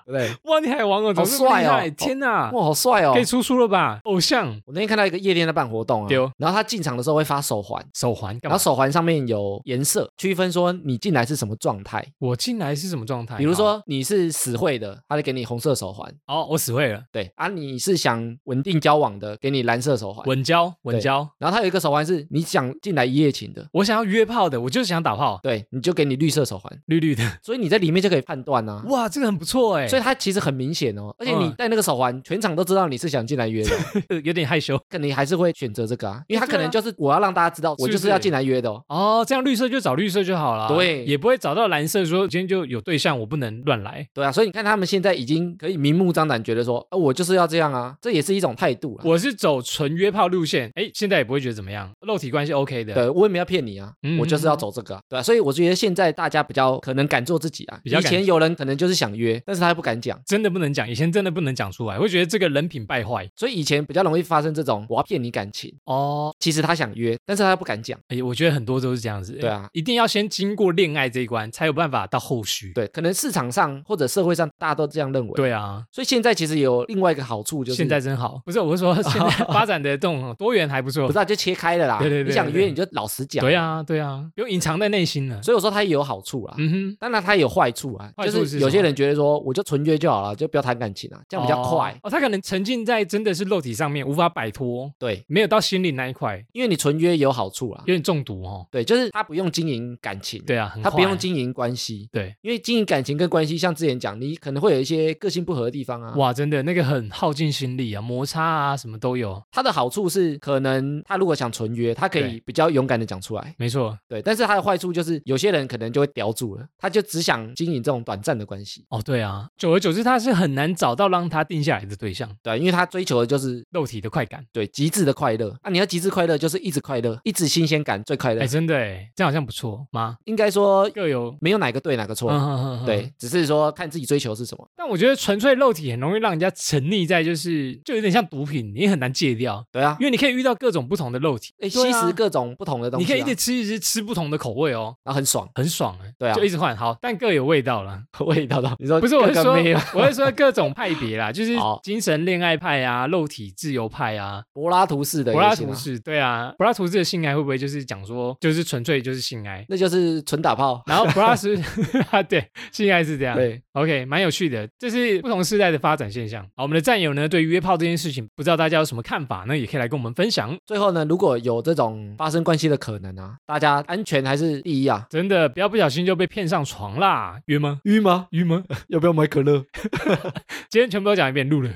[SPEAKER 2] 不对？
[SPEAKER 1] 哇，你海王哦，
[SPEAKER 2] 好
[SPEAKER 1] 总是厉害
[SPEAKER 2] 帅哦
[SPEAKER 1] 天哪，
[SPEAKER 2] 哇，好帅哦
[SPEAKER 1] 可！以出书了吧？偶像
[SPEAKER 2] 我那天看到一个夜店在办活动啊
[SPEAKER 1] 对哦，
[SPEAKER 2] 然后他进场的时候会发手环，
[SPEAKER 1] 手环干
[SPEAKER 2] 然
[SPEAKER 1] 嘛
[SPEAKER 2] 后？手环上面有颜色区分，说你进来是什么状态。
[SPEAKER 1] 我进来是什么状态？
[SPEAKER 2] 比如说你是死会的，他就给你红色手环；
[SPEAKER 1] 好，哦，我死会了，
[SPEAKER 2] 对啊，你是想稳定交往的，给你蓝色手环。
[SPEAKER 1] 稳交稳
[SPEAKER 2] 对
[SPEAKER 1] 交，
[SPEAKER 2] 然后他有一个手环是你想进来一夜情的，
[SPEAKER 1] 我想要约炮的，我就是想打炮，
[SPEAKER 2] 对，你就给你绿色手环。
[SPEAKER 1] 绿绿的，
[SPEAKER 2] 所以你在里面就可以判断啊。
[SPEAKER 1] 哇，这个很不错哎，
[SPEAKER 2] 所以它其实很明显哦，而且你
[SPEAKER 1] 嗯
[SPEAKER 2] 戴那个手环，全场都知道你是想进来约 的，
[SPEAKER 1] 以呃有点害羞。
[SPEAKER 2] 可你还是会选择这个啊，因
[SPEAKER 1] 欸
[SPEAKER 2] 为他
[SPEAKER 1] 对
[SPEAKER 2] 可能
[SPEAKER 1] 啊
[SPEAKER 2] 就是我要让大家知道，我
[SPEAKER 1] 是
[SPEAKER 2] 就是是要进来约的哦。
[SPEAKER 1] 哦，这样绿色就找绿色就好了，
[SPEAKER 2] 对
[SPEAKER 1] 也不会找到蓝色说今天就有对象，我不能乱 来，
[SPEAKER 2] 对啊，所以你看他们现在已经可以明目张胆觉得说，啊，我就是要这样啊，这也是一种态度啊。
[SPEAKER 1] 我是走纯约炮路线，哎，现在也不会觉得怎么样，肉体关系 OK 的，
[SPEAKER 2] 对，我也没有骗你啊，
[SPEAKER 1] 嗯
[SPEAKER 2] 我就是要走这个、啊，对啊，所以我觉得现在大家比较可能敢做自己啊。
[SPEAKER 1] 比较
[SPEAKER 2] 以
[SPEAKER 1] 敢
[SPEAKER 2] 前有人可能就是想约，但是他不敢讲，
[SPEAKER 1] 真的不能讲，以前真的不能讲出来，会觉得这个人品败坏
[SPEAKER 2] 所以以前比较容易发生这种我要骗你感情，
[SPEAKER 1] 哦。
[SPEAKER 2] 其实他想约，但是他不敢讲。
[SPEAKER 1] 哎，我觉得很多都是这样子，
[SPEAKER 2] 对啊
[SPEAKER 1] 一定要先经过恋爱这一关，才有办法到后续。
[SPEAKER 2] 对，可能市场上或者社会上大家都这样认为。，
[SPEAKER 1] 对啊，
[SPEAKER 2] 所以现在其实有另外一个好处就是
[SPEAKER 1] 现在真好，不是我是 说现在发展的这种多元还不错
[SPEAKER 2] 不知，道就切开了啦。
[SPEAKER 1] 对对对
[SPEAKER 2] 你想
[SPEAKER 1] 对
[SPEAKER 2] 约你就老实讲。
[SPEAKER 1] 对啊对啊，不用隐藏在内心 了。
[SPEAKER 2] 所以我说它也有好处啦。
[SPEAKER 1] 嗯哼，
[SPEAKER 2] 当然，它也有坏处啊，
[SPEAKER 1] 坏处
[SPEAKER 2] 就是是
[SPEAKER 1] 什
[SPEAKER 2] 有些
[SPEAKER 1] 么
[SPEAKER 2] 人觉得说，我就纯约就好了，就不要谈感情啊，这样比较快。
[SPEAKER 1] 哦哦，他可能沉浸在真的是肉体上面，无法摆脱，
[SPEAKER 2] 对，
[SPEAKER 1] 没有到心理那一块，
[SPEAKER 2] 因为你纯约有好处啊啦
[SPEAKER 1] 有，点中毒哦。
[SPEAKER 2] 对，就是他不用经营感情，
[SPEAKER 1] 对啊，很
[SPEAKER 2] 他不用
[SPEAKER 1] 快
[SPEAKER 2] 经营关系，
[SPEAKER 1] 对，
[SPEAKER 2] 因为经营感情跟关系，像之前讲，你可能会有一些个性不合的地方啊。
[SPEAKER 1] 哇，真的那个很耗尽心力啊，摩擦啊什么都有，
[SPEAKER 2] 它的好处是，可能他如果想纯约，他可
[SPEAKER 1] 对
[SPEAKER 2] 以比较勇敢的讲出来，
[SPEAKER 1] 没错。
[SPEAKER 2] 对。但是他的坏处就是，有些人可能就会叼住了，他就只想经营这种短暂的关系，
[SPEAKER 1] 哦，对啊，久而久之，他是很难找到让他定下来的对象，
[SPEAKER 2] 对，因为他追求的就是
[SPEAKER 1] 肉体的快感。
[SPEAKER 2] 对极致的快乐。啊，你要极致快乐，就是一直快乐，一直新鲜感最快乐
[SPEAKER 1] 哎，。真的哎，这样好像不错吗？
[SPEAKER 2] 应该说
[SPEAKER 1] 各有，
[SPEAKER 2] 没有哪个对哪个
[SPEAKER 1] 嗯
[SPEAKER 2] 错，
[SPEAKER 1] 哼哼，哼
[SPEAKER 2] 对，只是说看自己追求是什么。
[SPEAKER 1] 但我觉得纯粹肉体很容易让人家沉溺在，就是就有点像毒品，你很难戒掉，
[SPEAKER 2] 对啊
[SPEAKER 1] 因，为你可以遇到各种不同的肉体，对
[SPEAKER 2] 哎，吸
[SPEAKER 1] 啊
[SPEAKER 2] 食各种不同的东
[SPEAKER 1] 你
[SPEAKER 2] 西啊，
[SPEAKER 1] 可以一直吃一直吃不同的口味哦，
[SPEAKER 2] 然后很爽，
[SPEAKER 1] 很爽哎，
[SPEAKER 2] 对啊
[SPEAKER 1] 就一直换好，但各有 味道啦。
[SPEAKER 2] 味道到你说
[SPEAKER 1] 不是，我是
[SPEAKER 2] 各个
[SPEAKER 1] 说
[SPEAKER 2] 没有，
[SPEAKER 1] 我是说各种派别 啦，就是
[SPEAKER 2] 哦
[SPEAKER 1] 精神恋爱派啊，肉体自由派啊，
[SPEAKER 2] 柏拉图式的
[SPEAKER 1] 柏拉
[SPEAKER 2] 也行
[SPEAKER 1] 图
[SPEAKER 2] 啊，
[SPEAKER 1] 式，对啊，柏拉图式的性爱会不会就是讲说，就是纯粹就是性爱？
[SPEAKER 2] 那就是纯打炮。
[SPEAKER 1] 然后柏拉图， 啊，对，性爱是这样。
[SPEAKER 2] 对，
[SPEAKER 1] OK，蛮有趣的，这是不同世代的发展现象。好，我们的战友呢，对于约炮这件事情，不知道大家有什么看法呢？也可以来跟我们分享。
[SPEAKER 2] 最后呢，如果有这种发生关系的可能啊，大家安全还是第一啊。
[SPEAKER 1] 真的不要不小心就被骗上床啦，约吗？
[SPEAKER 2] 晕吗？
[SPEAKER 1] 约吗？
[SPEAKER 2] 要不要买可乐？
[SPEAKER 1] 今天全部都讲一遍，录了，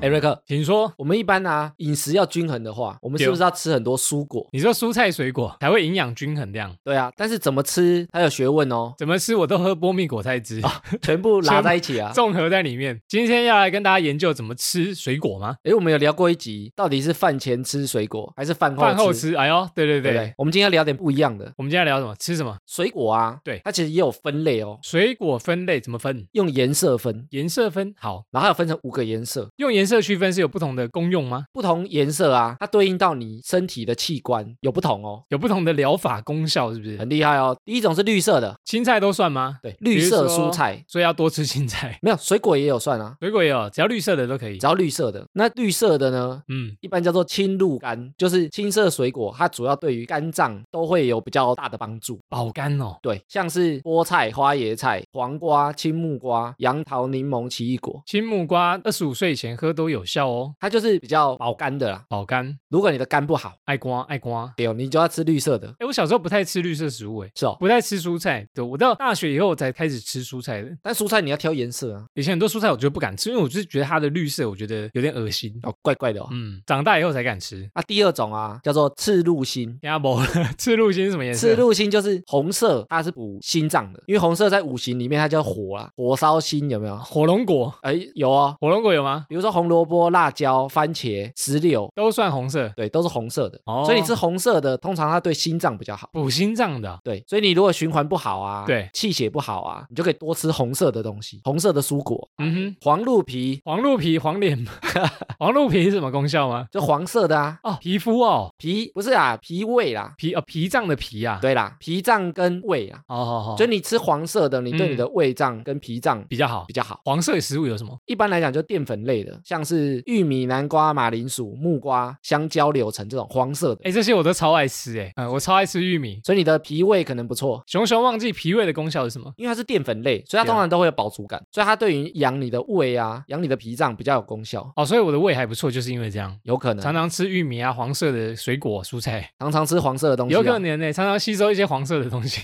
[SPEAKER 2] 哎，瑞克，
[SPEAKER 1] 请说。
[SPEAKER 2] 我们一般啊，饮食要均衡的话，我们是不是要吃很多蔬果？
[SPEAKER 1] 你说蔬菜水果才会营养均衡这样，
[SPEAKER 2] 对啊，但是怎么吃它有学 问哦，
[SPEAKER 1] 怎么吃我都喝波蜜果菜汁，
[SPEAKER 2] 全部拉在一起啊。
[SPEAKER 1] 综合在里面。今天要来跟大家研究怎么吃水果吗？
[SPEAKER 2] 哎，我们有聊过一集，到底是饭前吃水果还是饭后
[SPEAKER 1] 饭后吃，哎呦，对对对，
[SPEAKER 2] 对不对？我们今天要聊点不一样的
[SPEAKER 1] 我们今天要聊什么？吃什么？
[SPEAKER 2] 水果啊，
[SPEAKER 1] 对
[SPEAKER 2] 它其实也有分类哦，
[SPEAKER 1] 水果分类怎么分？
[SPEAKER 2] 用颜色分，
[SPEAKER 1] 颜色分好，
[SPEAKER 2] 然后还有分成五个颜色，
[SPEAKER 1] 用颜色区分是有不同的功用吗？
[SPEAKER 2] 不同颜色啊，它对应到你身体的器官有不同哦，
[SPEAKER 1] 有不同的疗法功效是不是？
[SPEAKER 2] 很厉害哦。第一种是绿色的，
[SPEAKER 1] 青菜都算吗？
[SPEAKER 2] 对，绿色蔬菜，
[SPEAKER 1] 所以要多吃青菜，
[SPEAKER 2] 没有水果也有算啊，
[SPEAKER 1] 水果也有，只要绿色的都可以
[SPEAKER 2] 只。要绿色的。那绿色的呢，
[SPEAKER 1] 嗯，
[SPEAKER 2] 一般叫做青露柑，就是青色水果，它主要对于肝脏都会有比较大的帮助。
[SPEAKER 1] 保肝哦，
[SPEAKER 2] 对，像是菠菜、花椰菜、黄瓜、青木瓜、杨桃、柠檬、奇异果，
[SPEAKER 1] 青木瓜二十五岁以前喝都有效哦，
[SPEAKER 2] 它就是比较保肝的啦。
[SPEAKER 1] 保肝，
[SPEAKER 2] 如果你的肝不好，
[SPEAKER 1] 爱瓜爱瓜。
[SPEAKER 2] 对哦，你就要吃绿色的，
[SPEAKER 1] 哎，我小时候不太吃绿色食物，哎，
[SPEAKER 2] 是哦。
[SPEAKER 1] 不太吃蔬菜，对我到大学以后才开始吃蔬菜的。
[SPEAKER 2] 但蔬菜你要挑颜色啊，
[SPEAKER 1] 以前很多蔬菜我就不敢吃，因为我就是觉得它的绿色，我觉得有点恶心。
[SPEAKER 2] 哦，怪怪的哦。
[SPEAKER 1] 嗯，长大以后才敢吃。
[SPEAKER 2] 啊，第二种啊，叫做赤鹿心。
[SPEAKER 1] 鸭脖 赤鹿心是什么颜色？
[SPEAKER 2] 赤鹿心就是红色，它是补心脏的，因为红色在五行里面它叫火啊，火烧心有没有？
[SPEAKER 1] 火龙果，
[SPEAKER 2] 哎，有哦，
[SPEAKER 1] 火龙果有吗？
[SPEAKER 2] 比如说红萝卜、辣椒、番茄、石榴，
[SPEAKER 1] 都算红色，
[SPEAKER 2] 对，都是红色的。
[SPEAKER 1] 哦
[SPEAKER 2] 所以你吃红色的，通常它对心脏比较好。
[SPEAKER 1] 补心脏的啊。
[SPEAKER 2] 对，所以你如果循环不好啊，
[SPEAKER 1] 对
[SPEAKER 2] 气血不好啊，你就可以多吃红色的东西，红色的蔬果，
[SPEAKER 1] 嗯哼，
[SPEAKER 2] 黄鹿皮
[SPEAKER 1] 黄鹿皮、黄脸， 黄鹿皮是什么功效吗？
[SPEAKER 2] 就黄色的啊，
[SPEAKER 1] 哦，皮肤哦，
[SPEAKER 2] 脾不是啊，脾胃啦，
[SPEAKER 1] 脾哦脾脏的脾啊。，
[SPEAKER 2] 对啦，脾脏跟胃啊，
[SPEAKER 1] 好好好，
[SPEAKER 2] 所以你吃黄色的，你对你
[SPEAKER 1] 哦嗯
[SPEAKER 2] 的胃脏跟脾脏
[SPEAKER 1] 比较好
[SPEAKER 2] 比。较好。
[SPEAKER 1] 黄色的食物有什么？
[SPEAKER 2] 一般来讲，就淀粉类的，像是玉米、南瓜、马铃薯、木瓜、香蕉、柳橙这种黄色的。
[SPEAKER 1] 哎，这些我都超爱吃哎，嗯，我超爱吃玉米。
[SPEAKER 2] 所以你的脾胃可能不错，
[SPEAKER 1] 熊熊忘记脾胃的功效是什么？
[SPEAKER 2] 因为它是淀粉类，所以它
[SPEAKER 1] 对啊
[SPEAKER 2] 通常都会有饱足感，所以它对于养你的胃啊、养你的脾脏比较有功效，
[SPEAKER 1] 哦，所以我的胃还不错，就是因为这样，
[SPEAKER 2] 有可能
[SPEAKER 1] 常常吃玉米啊、黄色的水果、蔬菜，
[SPEAKER 2] 常常吃黄色的东西、啊，
[SPEAKER 1] 有可能呢，常常吸收一些黄色的东 西，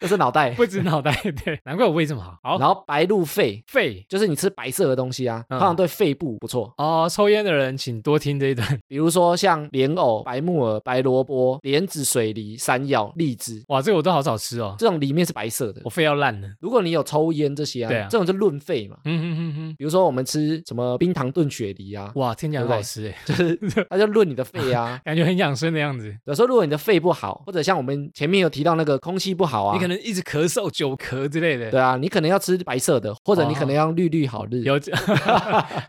[SPEAKER 2] 就是脑袋。
[SPEAKER 1] 不止脑袋，对，难怪我胃这么好。好，
[SPEAKER 2] 然后白鹿肺，
[SPEAKER 1] 肺
[SPEAKER 2] 就是你吃白色的东西啊，
[SPEAKER 1] 嗯
[SPEAKER 2] 通常对肺部不错。
[SPEAKER 1] 哦，抽烟的人请多听这一段。
[SPEAKER 2] 比如说像莲藕、白木耳、白萝卜、莲子、水梨、山药、荔枝，
[SPEAKER 1] 哇，这个我都好少吃哦，
[SPEAKER 2] 这种里面是白色的
[SPEAKER 1] 我。肺要烂了。
[SPEAKER 2] 如果你有抽烟这些
[SPEAKER 1] 对
[SPEAKER 2] 啊，
[SPEAKER 1] 啊
[SPEAKER 2] 这种就论肺嘛。
[SPEAKER 1] 嗯哼哼哼，
[SPEAKER 2] 比如说我们吃什么冰糖炖雪梨啊，
[SPEAKER 1] 哇，听起来很好吃哎，。
[SPEAKER 2] 它就论你的肺啊
[SPEAKER 1] 感觉很养生的样子。
[SPEAKER 2] 有时候如果你的肺不好，或者像我们前面有提到那个空气不好啊
[SPEAKER 1] 你可，能一直咳嗽、久咳之类的，
[SPEAKER 2] 对啊，你可能要吃白色的，或者你可能要绿绿好日。
[SPEAKER 1] 哦有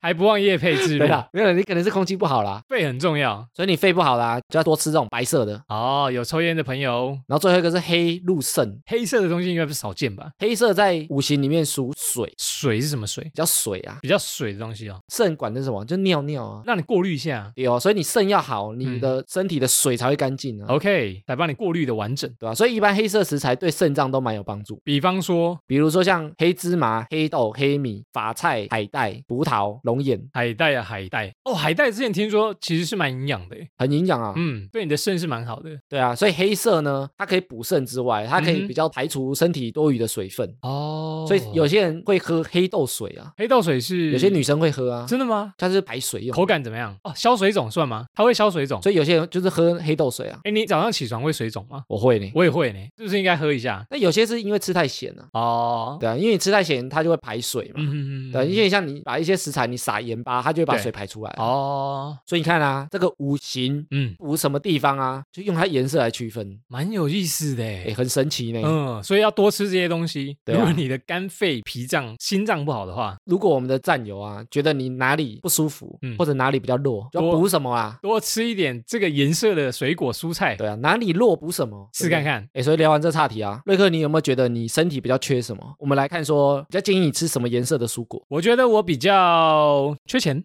[SPEAKER 1] 还不忘夜配置
[SPEAKER 2] 对啊
[SPEAKER 1] 入，
[SPEAKER 2] 啦，没有，你可能是空气不好啦，
[SPEAKER 1] 肺很重要。
[SPEAKER 2] 所以你肺不好啦，就要多吃这种白色的。
[SPEAKER 1] 哦，有抽烟的朋友，
[SPEAKER 2] 然后最后一个是黑入肾，
[SPEAKER 1] 黑色的东西应该不少见吧？
[SPEAKER 2] 黑色在五行里面属水，
[SPEAKER 1] 水是什么水？
[SPEAKER 2] 叫水啊。
[SPEAKER 1] 比较水的东西哦，
[SPEAKER 2] 肾管的是什么？就尿尿啊。
[SPEAKER 1] 让你过滤一下。
[SPEAKER 2] 对哦，所以你肾要好，
[SPEAKER 1] 嗯
[SPEAKER 2] 你的身体的水才会干净啊，
[SPEAKER 1] OK，来帮你过滤的完整。
[SPEAKER 2] 对吧、所以一般黑色食材对肾脏都蛮有帮助，
[SPEAKER 1] 比方说
[SPEAKER 2] 比如说像黑芝麻、黑豆、黑米、法菜、海带、葡萄、龙眼，
[SPEAKER 1] 海带啊，海带哦，海带之前听说其实是蛮营养的耶，
[SPEAKER 2] 很营养啊。
[SPEAKER 1] 嗯，对你的肾是蛮好的。
[SPEAKER 2] 对啊，所以黑色呢，它可以补肾之外，它可
[SPEAKER 1] 嗯哼
[SPEAKER 2] 以比较排除身体多余的水分。
[SPEAKER 1] 哦
[SPEAKER 2] 所以有些人会喝黑豆水啊，
[SPEAKER 1] 黑豆水是
[SPEAKER 2] 有些女生会喝啊，
[SPEAKER 1] 嗯真的吗？
[SPEAKER 2] 它是排水用的。
[SPEAKER 1] 口感怎么样？哦，消水肿算吗？它会消水肿。
[SPEAKER 2] 所以有些人就是喝黑豆水啊，
[SPEAKER 1] 哎，你早上起床会水肿吗？
[SPEAKER 2] 我会呢。
[SPEAKER 1] 我也会呢，是不是应该喝一下？
[SPEAKER 2] 那有些是因为吃太咸了、
[SPEAKER 1] 哦，
[SPEAKER 2] 对啊，因为你吃太咸，它就会排水嘛。
[SPEAKER 1] 嗯嗯嗯，
[SPEAKER 2] 对，啊因为像你把一些食材你撒盐巴，它就会把
[SPEAKER 1] 对
[SPEAKER 2] 水排出来。啊
[SPEAKER 1] 哦，
[SPEAKER 2] 所以你看啊，这个五行
[SPEAKER 1] 嗯，
[SPEAKER 2] 补什么地方啊，就用它颜色来区分，
[SPEAKER 1] 蛮有意思的
[SPEAKER 2] 哎，
[SPEAKER 1] 耶。
[SPEAKER 2] 很神奇呢。
[SPEAKER 1] 嗯，所以要多吃这些东西。
[SPEAKER 2] 对
[SPEAKER 1] 如
[SPEAKER 2] 啊
[SPEAKER 1] 果你的肝、肺、脾脏、心脏不好的话，
[SPEAKER 2] 如果我们的战友啊，觉得你哪里不舒服，
[SPEAKER 1] 嗯
[SPEAKER 2] 或者哪里比较弱，就要
[SPEAKER 1] 多
[SPEAKER 2] 补什么啊？
[SPEAKER 1] 多吃一点这个颜色的水果蔬菜，
[SPEAKER 2] 对啊，哪里弱补什么，
[SPEAKER 1] 试看
[SPEAKER 2] 看。
[SPEAKER 1] 看。
[SPEAKER 2] 哎，所以聊完这岔题啊，瑞克，你有没有觉得你身体比较缺什么？我们来看说，比较建议你吃什么颜色的蔬果？
[SPEAKER 1] 我觉得我比较缺钱，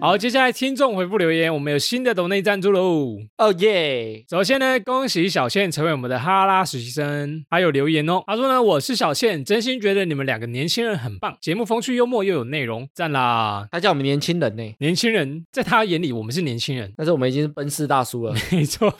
[SPEAKER 1] 好，接下来听众回复留言，我们有新的抖内赞助喽。
[SPEAKER 2] 哦耶！
[SPEAKER 1] 首先呢，恭喜小倩成为我们的哈拉实习生。还有留言哦，他说呢，我是小倩，真心觉得你们两个年轻人很棒，节目风趣幽默又有内容，赞啦！
[SPEAKER 2] 他叫我们年轻人呢，
[SPEAKER 1] 年轻人在他眼里，我们是年轻人，
[SPEAKER 2] 但是我们已经是奔四大叔了，
[SPEAKER 1] 没错，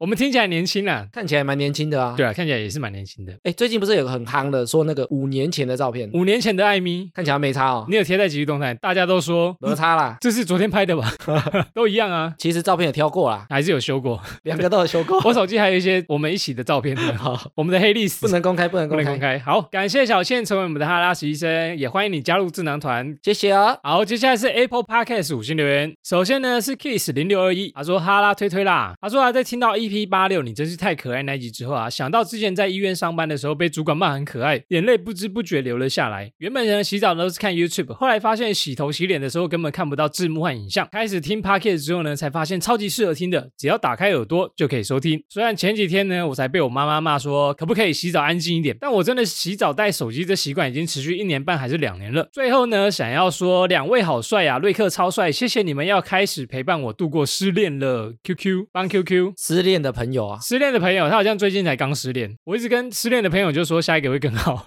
[SPEAKER 1] 我们听起来年轻啊啦。
[SPEAKER 2] 看起来蛮年轻的啊。
[SPEAKER 1] 对啊，看起来也是蛮年轻的。
[SPEAKER 2] 哎，最近不是有个很夯的，说那个五年前的照片，
[SPEAKER 1] 嗯五年前的艾米，
[SPEAKER 2] 看起来没差哦，
[SPEAKER 1] 你有贴在集聚动态，大家都说
[SPEAKER 2] 哪差啦。
[SPEAKER 1] 这是是昨天拍的吧？ 都一样啊，
[SPEAKER 2] 其实照片也挑过啦，
[SPEAKER 1] 还是有修过。。
[SPEAKER 2] 两个都有修过
[SPEAKER 1] 我手机还有一些我们一起的照片呢，
[SPEAKER 2] 好，
[SPEAKER 1] 我们的黑历史
[SPEAKER 2] 不能公开，不能
[SPEAKER 1] 不
[SPEAKER 2] 公
[SPEAKER 1] 能公
[SPEAKER 2] 开。
[SPEAKER 1] 开。好，感谢小倩成为我们的哈拉实习生，也欢迎你加入智囊团。
[SPEAKER 2] 谢谢啊，
[SPEAKER 1] 好，接下来是 Apple Podcast 五星留言。首先呢是 Kiss 零六二一，他说哈拉推推啦，他说啊在听到 EP 八六你真是太可爱那一集之后啊，想到之前在医院上班的时候被主管骂很可爱，眼泪不知不觉流了下来。原本呢洗澡都是看 YouTube，后来发现洗头洗脸的时候根本看不到字幕和影像，开始听 Podcast 之后呢，才发现超级适合听的，只要打开耳朵就可以收听。虽然前几天呢我才被我妈妈骂说可不可以洗澡安静一点，但我真的洗澡带手机这习惯已经持续一年半还是两年了。最后呢想要说两位好帅啊，瑞克超帅，谢谢你们要开始陪伴我度过失恋了，QQ 帮 QQ。，
[SPEAKER 2] 失恋的朋友啊
[SPEAKER 1] 失恋的朋友，他好像最近才刚失恋。我一直跟失恋的朋友就说下一个会更好，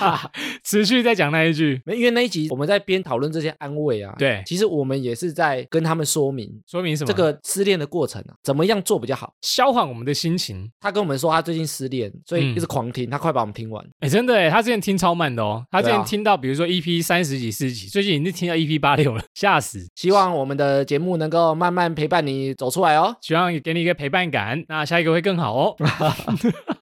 [SPEAKER 1] 持续在讲那一句。
[SPEAKER 2] 没因为那一集我们在边讨论这些安慰啊，
[SPEAKER 1] 对
[SPEAKER 2] 其实我们也是在跟他们说明
[SPEAKER 1] 说明什么？
[SPEAKER 2] 这个失恋的过程啊，怎么样做比较好。
[SPEAKER 1] 消缓我们的心情。
[SPEAKER 2] 他跟我们说他最近失恋，所以一直狂听，他快把我们听完。
[SPEAKER 1] 哎，真的哎，他之前听超慢的哦，他之
[SPEAKER 2] 对
[SPEAKER 1] 前
[SPEAKER 2] 啊
[SPEAKER 1] 听到比如说 EP 三十几、四十几，最近已经听到 EP 八六了，吓死！
[SPEAKER 2] 希望我们的节目能够慢慢陪伴你走出 来哦，
[SPEAKER 1] 希望给你一个陪伴感，那下一个会更好哦。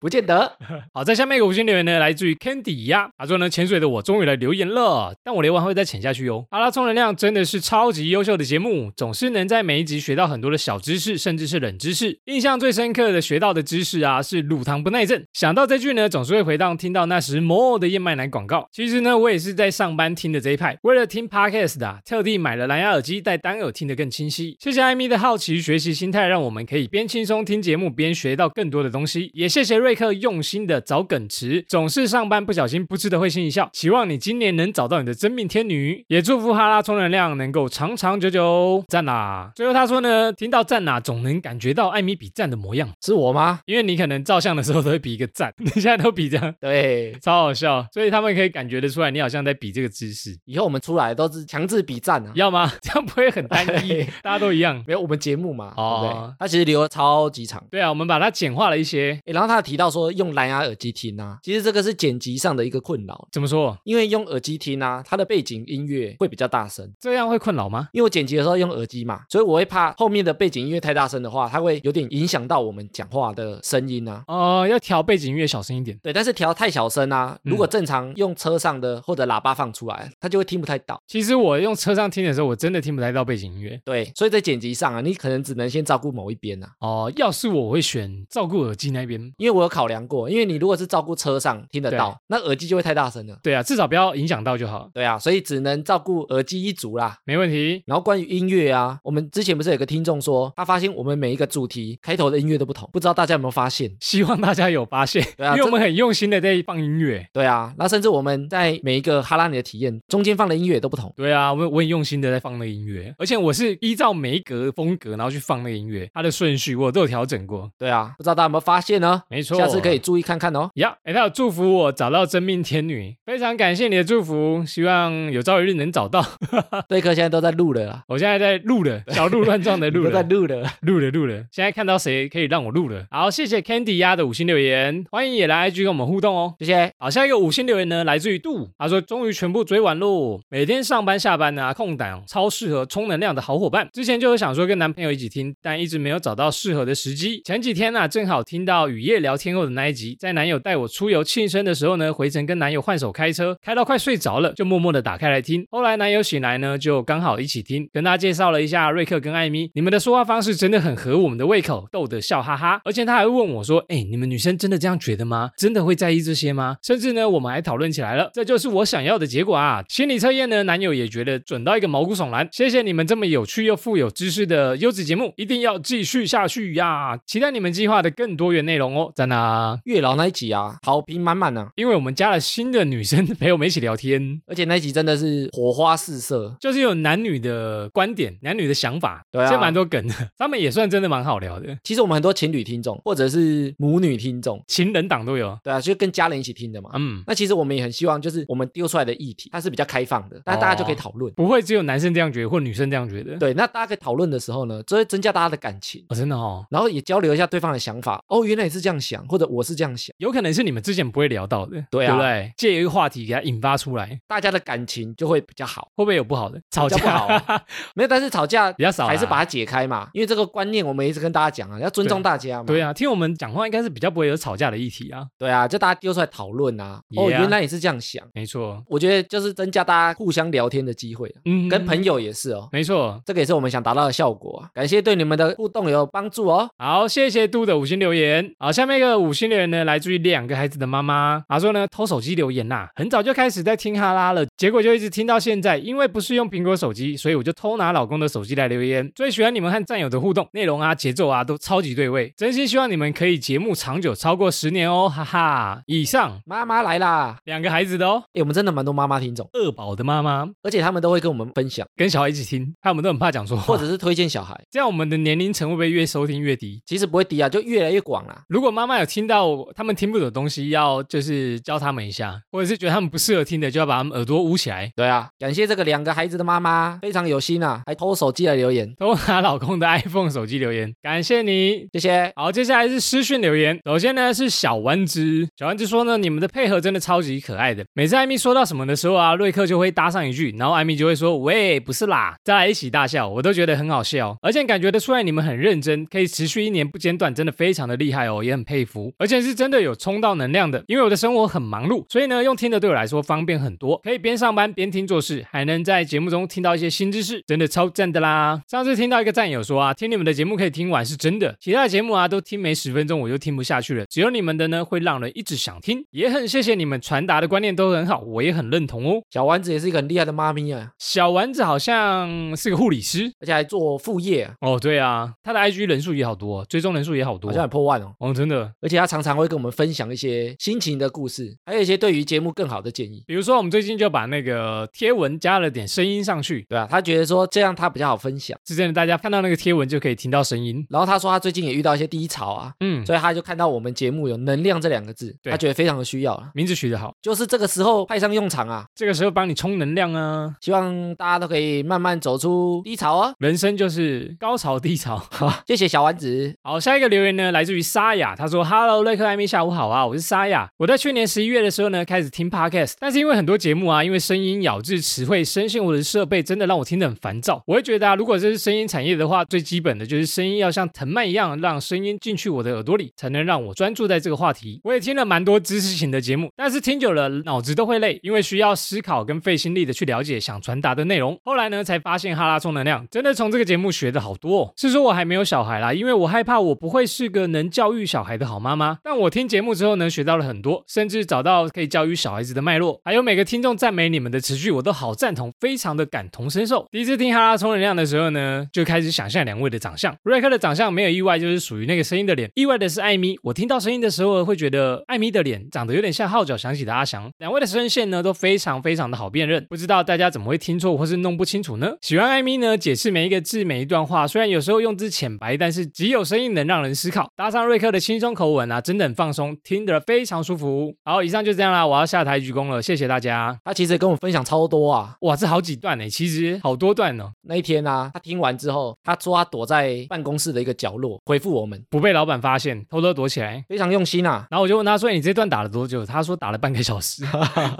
[SPEAKER 2] 不见得。
[SPEAKER 1] 好，在下面一个五星留言呢，来自于 Candy 呀，他说呢，潜水的我终于来留言了，但我留完会再潜下去哦哟。阿拉充能量真的是超级优秀的节目，总是能在每一集学到很多的小知识，甚至是冷知识。印象最深刻的学到的知识啊，是乳糖不耐症。想到这句呢，总是会回荡听到那时某的燕麦奶广告。其实呢，我也是在上班听的这一派，为了听 Podcast 的、啊，特地买了蓝牙耳机戴单耳听得更清晰。谢谢艾米的好奇学习心态，让我们可以边轻松听节目边学到更多的东西。也谢谢瑞克用心的找梗池，总是上班不小心不知的会心一笑。希望你今年能找到你的真命天女，也祝福哈拉充能量能够长长久久。赞啦！最后他说呢，听到赞啦，总能感觉到艾米比赞的模样，
[SPEAKER 2] 是我吗？
[SPEAKER 1] 因为你可能照相的时候都会比一个赞， 你现在都比这样。
[SPEAKER 2] 对，
[SPEAKER 1] 超好笑，所以他们可以感觉得出来，你好像在比这个姿势，
[SPEAKER 2] 以后我们出来都是强制比赞啊，
[SPEAKER 1] 要吗？这样不会很单一
[SPEAKER 2] 对，
[SPEAKER 1] 大家都一样。
[SPEAKER 2] 没有我们节目嘛，
[SPEAKER 1] 哦
[SPEAKER 2] 对不对？他其实留了超级长。
[SPEAKER 1] 对啊，我们把它简化了一些，
[SPEAKER 2] 诶然后他有提到说用蓝牙耳机听啊，其实这个是剪辑上的一个困扰，
[SPEAKER 1] 怎么说？
[SPEAKER 2] 因为用耳机听啊，它的背景音乐会比较大声，
[SPEAKER 1] 这样会困扰吗？
[SPEAKER 2] 因为我剪辑的时候用耳机嘛，所以我会怕后面的背景音乐太大声的话，它会有点影响到我们讲话的声音啊。
[SPEAKER 1] 哦、要调背景音乐小声一点。
[SPEAKER 2] 对，但是调太小声啊，
[SPEAKER 1] 嗯
[SPEAKER 2] 如果正常用车上的或者喇叭放出来，它就会听不太到。
[SPEAKER 1] 其实我用车上听的时候，我真的听不太到背景音乐。
[SPEAKER 2] 对，所以在剪辑上啊，你可能只能先照顾某一边啊。
[SPEAKER 1] 哦、要是我我会选照顾耳机那边。
[SPEAKER 2] 因为我有考量过，因为你如果是照顾车上听得
[SPEAKER 1] 对
[SPEAKER 2] 到，那耳机就会太大声了。
[SPEAKER 1] 对啊，至少不要影响到就好，
[SPEAKER 2] 对啊，所以只能照顾耳机一族啦。
[SPEAKER 1] 没问题。
[SPEAKER 2] 然后关于音乐啊，我们之前不是有个听众说，他发现我们每一个主题开头的音乐都不同，不知道大家有没有发现？
[SPEAKER 1] 希望大家有发现，
[SPEAKER 2] 对啊
[SPEAKER 1] 因为我们很用心的在放音乐。
[SPEAKER 2] 对啊，那甚至我们在每一个哈拉尼的体验中间放的音乐也都不同。
[SPEAKER 1] 对啊，我我很用心的在放那个音乐，而且我是依照每一格风格，然后去放那个音乐，它的顺序我都有调整过。
[SPEAKER 2] 对啊，不知道大家有没有发现呢？
[SPEAKER 1] 没错，
[SPEAKER 2] 下次可以注意看看 哦。
[SPEAKER 1] 呀，哎，他有祝福我找到真命天女，非常感谢你的祝福，希望有朝一日能找到。
[SPEAKER 2] 瑞克现在都在录了啦，
[SPEAKER 1] 我现在在录了，小鹿乱撞的录
[SPEAKER 2] 都在
[SPEAKER 1] 了，
[SPEAKER 2] 录了。
[SPEAKER 1] 录了录了，现在看到谁可以让我录了。好，谢谢 Candy 呀的五星留言，欢迎也来 IG 跟我们互动哦。
[SPEAKER 2] 谢谢。
[SPEAKER 1] 好，下一个五星留言呢，来自于杜，他说终于全部追完喽，每天上班下班啊，空档超适合充能量的好伙伴。之前就有想说跟男朋友一起听，但一直没有找到适合的时机。前几天啊，正好听到雨夜聊天后的那一集，在男友带我出游庆生的时候呢，回程跟男友换手开车，开到快睡着了，就默默的打开来听。后来男友醒来呢，就刚好一起听，跟大家介绍了一下瑞克跟艾米，你们的说话方式真的很合我们的胃口，逗得笑哈哈。而且他还问我说：“哎、你们女生真的这样觉得吗？真的会在意这些吗？”甚至呢，我们还讨论起来了，这就是我想要的结果啊！心理测验呢，男友也觉得准到一个毛骨悚然。谢谢你们这么有趣又富有知识的优质节目，一定要继续下去呀！期待你们计划的更多元内容哦，赞啦！
[SPEAKER 2] 月老那一集啊，好评满满啊，
[SPEAKER 1] 因为我们加了新的女生陪我们一起聊天，
[SPEAKER 2] 而且那一集真的是火花四射。
[SPEAKER 1] 就是有男女的观点、男女的想法，
[SPEAKER 2] 对啊
[SPEAKER 1] 这蛮多梗的，他们也算真的蛮好聊的，
[SPEAKER 2] 其实我们很多情侣听众或者是母女听众，
[SPEAKER 1] 情人党都有。
[SPEAKER 2] 对啊，就跟家人一起听的嘛。
[SPEAKER 1] 嗯，
[SPEAKER 2] 那其实我们也很希望，就是我们丢出来的议题，它是比较开放的，那大家就
[SPEAKER 1] 哦
[SPEAKER 2] 可以讨论。
[SPEAKER 1] 不会只有男生这样觉得，或女生这样觉得。，
[SPEAKER 2] 对，那大家可以讨论的时候呢，这会增加大家的感情，
[SPEAKER 1] 哦，真的哦。
[SPEAKER 2] 然后也交流一下对方的想法。哦，原来你是这样想想，或者我是这样想，
[SPEAKER 1] 有可能是你们之前不会聊到的，
[SPEAKER 2] 对啊
[SPEAKER 1] 对不对？借由一个话题给它引发出来，会
[SPEAKER 2] 大家的感情就会比较好。
[SPEAKER 1] 不会有不好的吵
[SPEAKER 2] 比
[SPEAKER 1] 架？
[SPEAKER 2] 较不好啊没有，但是吵架
[SPEAKER 1] 比较少啦啊
[SPEAKER 2] 还是把它解开嘛，因为这个观念我们一直跟大家讲啊，要尊重大家嘛。
[SPEAKER 1] 对啊，听我们讲话应该是比较不会有吵架的议题啊。
[SPEAKER 2] 对啊，就大家丢出来讨论啊。哦，
[SPEAKER 1] Yeah
[SPEAKER 2] 原来你是这样想，
[SPEAKER 1] 没错，
[SPEAKER 2] 我觉得就是增加大家互相聊天的机会啊，
[SPEAKER 1] 嗯，
[SPEAKER 2] 跟朋友也是哦。
[SPEAKER 1] 没错。
[SPEAKER 2] 这个也是我们想达到的效果啊！感谢对你们的互动有帮助哦。
[SPEAKER 1] 好，谢谢嘟的五星留言。好，下面一个五星留言呢，来自于两个孩子的妈妈。她说呢，偷手机留言呐、很早就开始在听哈拉了，结果就一直听到现在。因为不是用苹果手机，所以我就偷拿老公的手机来留言。最喜欢你们和战友的互动，内容啊、节奏啊都超级对位，真心希望你们可以节目长久超过十年哦，哈哈。以上
[SPEAKER 2] 妈妈来啦！
[SPEAKER 1] 两个孩子的哦，
[SPEAKER 2] 诶，我们真的蛮多妈妈听众，
[SPEAKER 1] 二宝的妈妈
[SPEAKER 2] 而且他们都会跟我们分享，
[SPEAKER 1] 跟小孩一起听，他们都很怕讲错话，
[SPEAKER 2] 或者是推荐小孩，
[SPEAKER 1] 这样我们的年龄层会不会越收听越低？
[SPEAKER 2] 其实不会低啊，就越来越广啦。
[SPEAKER 1] 如果妈妈有听到他们听不懂的东西，要就是教他们一下，或者是觉得他们不适合听的，就要把他们耳朵捂起来，
[SPEAKER 2] 对啊，感谢这个两个孩子的妈妈，非常有心啊，还偷手机来留言，
[SPEAKER 1] 都拿老公的 iPhone 手机留言，感谢你。
[SPEAKER 2] 谢谢。
[SPEAKER 1] 好，接下来是私讯留言。首先呢是小丸子，小丸子说呢，你们的配合真的超级可爱的。每次艾米说到什么的时候啊，瑞克就会搭上一句，然后艾米就会说喂，不是啦，再来一起大笑，我都觉得很好笑，而且感觉得出来你们很认真，可以持续一年不间断，真的非常的厉害哦，也很佩服，而且是真的有充到能量的。因为我的生活很忙碌，所以呢用听的对我来说方便很多，可以边上班边听做事，还能在节目中听到一些新知识，真的超赞的啦。上次听到一个战友说啊，听你们的节目可以听完是真的，其他的节目啊都听没十分钟我就听不下去了，只有你们的呢会让人一直想听，也很谢谢你们传达的观念都很好，我也很认同哦。
[SPEAKER 2] 小丸子也是一个很厉害的妈咪啊，
[SPEAKER 1] 小丸子好像是个护理师
[SPEAKER 2] 而且还做副业、啊，
[SPEAKER 1] 哦，对啊，他的 IG 人数也好多，追踪人数也好多
[SPEAKER 2] 好，像也破万哦。
[SPEAKER 1] 哦，真的。
[SPEAKER 2] 而且他常常会跟我们分享一些心情的故事，还有一些对于节目更好的建议。
[SPEAKER 1] 比如说，我们最近就把那个贴文加了点声音上去，
[SPEAKER 2] 对啊，他觉得说这样他比较好分享。
[SPEAKER 1] 是真的，大家看到那个贴文就可以听到声音。
[SPEAKER 2] 然后他说他最近也遇到一些低潮啊，
[SPEAKER 1] 嗯，
[SPEAKER 2] 所以他就看到我们节目有“能量”这两个字，
[SPEAKER 1] 对
[SPEAKER 2] 他觉得非常的需要啊，
[SPEAKER 1] 名字取得好，
[SPEAKER 2] 就是这个时候派上用场啊。
[SPEAKER 1] 这个时候帮你充能量啊。
[SPEAKER 2] 希望大家都可以慢慢走出低潮啊！
[SPEAKER 1] 人生就是高潮低潮。
[SPEAKER 2] 谢谢小丸子，
[SPEAKER 1] 好，下一个留言呢，来自于沙雅，她说：“Hello，瑞克艾米，下午好啊，我是沙雅。我在去年十一月的时候呢，开始听 Podcast，但是因为很多节目啊，因为声音、咬字、词汇、声线或者是设备，真的让我听得很烦躁。我会觉得啊，如果这是声音产业的话，最基本的就是声音要像藤蔓一样，让声音进去我的耳朵里，才能让我专注在这个话题。我也听了蛮多知识型的节目，但是听久了脑子都会累，因为需要思考跟费心力的去了解想传达的内容。后来呢，才发现哈拉充能量真的从这个节目学的好多、哦。是说我还没有小孩啦，因为我害怕我不会是个能教育小孩的好妈妈。但我听节目之后呢，学到了很多，甚至找到可以教育小孩子的脉络。还有每个听众赞美你们的词句，我都好赞同，非常的感同身受。第一次听哈拉充能量的时候呢，就开始想象两位的长相。瑞克的长相没有意外，就是属于那个声音的脸。意外的是艾米，我听到声音的时候会觉得艾米的脸长得有点像号角响起的阿翔。两位的声线呢都非常非常的好辨认，不知道大家怎么会听错或是弄不清楚呢？喜欢艾米呢解释每一个字每一段话，虽然有时候用字浅白，但是极有声音能让人思考。搭上瑞克的轻松口吻啊，真的很放松，听得非常舒服。好，以上就这样啦，我要下台鞠躬了，谢谢大家。
[SPEAKER 2] 他其实也跟我们分享超多啊。
[SPEAKER 1] 哇，这好几段呢，其实好多段哦呢、
[SPEAKER 2] 那一天啊，他听完之后，他说他躲在办公室的一个角落回复我们，
[SPEAKER 1] 不被老板发现，偷偷躲起来。
[SPEAKER 2] 非常用心啊。
[SPEAKER 1] 然后我就问他说：“你这段打了多久？”他说打了半个小时，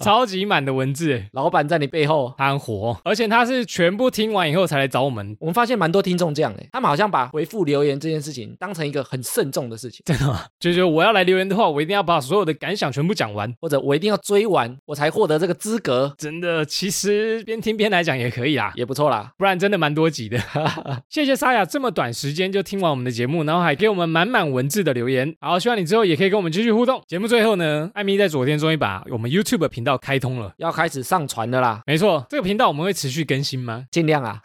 [SPEAKER 1] 超级满的文字，
[SPEAKER 2] 老板在你背后，
[SPEAKER 1] 他很火，而且他是全部听完以后才来找我们，
[SPEAKER 2] 我们发现蛮多听众这样的，他们好像把回复留言这件事情当成一个很慎重的事情，
[SPEAKER 1] 就觉得我要来留言的话，我一定要把所有的感想全部讲完。
[SPEAKER 2] 或者我一定要追完我才获得这个资格，
[SPEAKER 1] 真的，其实边听边来讲也可以啦。
[SPEAKER 2] 也不错啦。
[SPEAKER 1] 不然真的蛮多集的，谢谢沙雅这么短时间就听完我们的节目，然后还给我们满满文字的留言。好，希望你之后也可以跟我们继续互动。节目最后呢，艾米在昨天终于把我们 YouTube 频道开通了。
[SPEAKER 2] 要开始上传的啦，
[SPEAKER 1] 没错，这个频道我们会持续更新吗？
[SPEAKER 2] 尽量啊。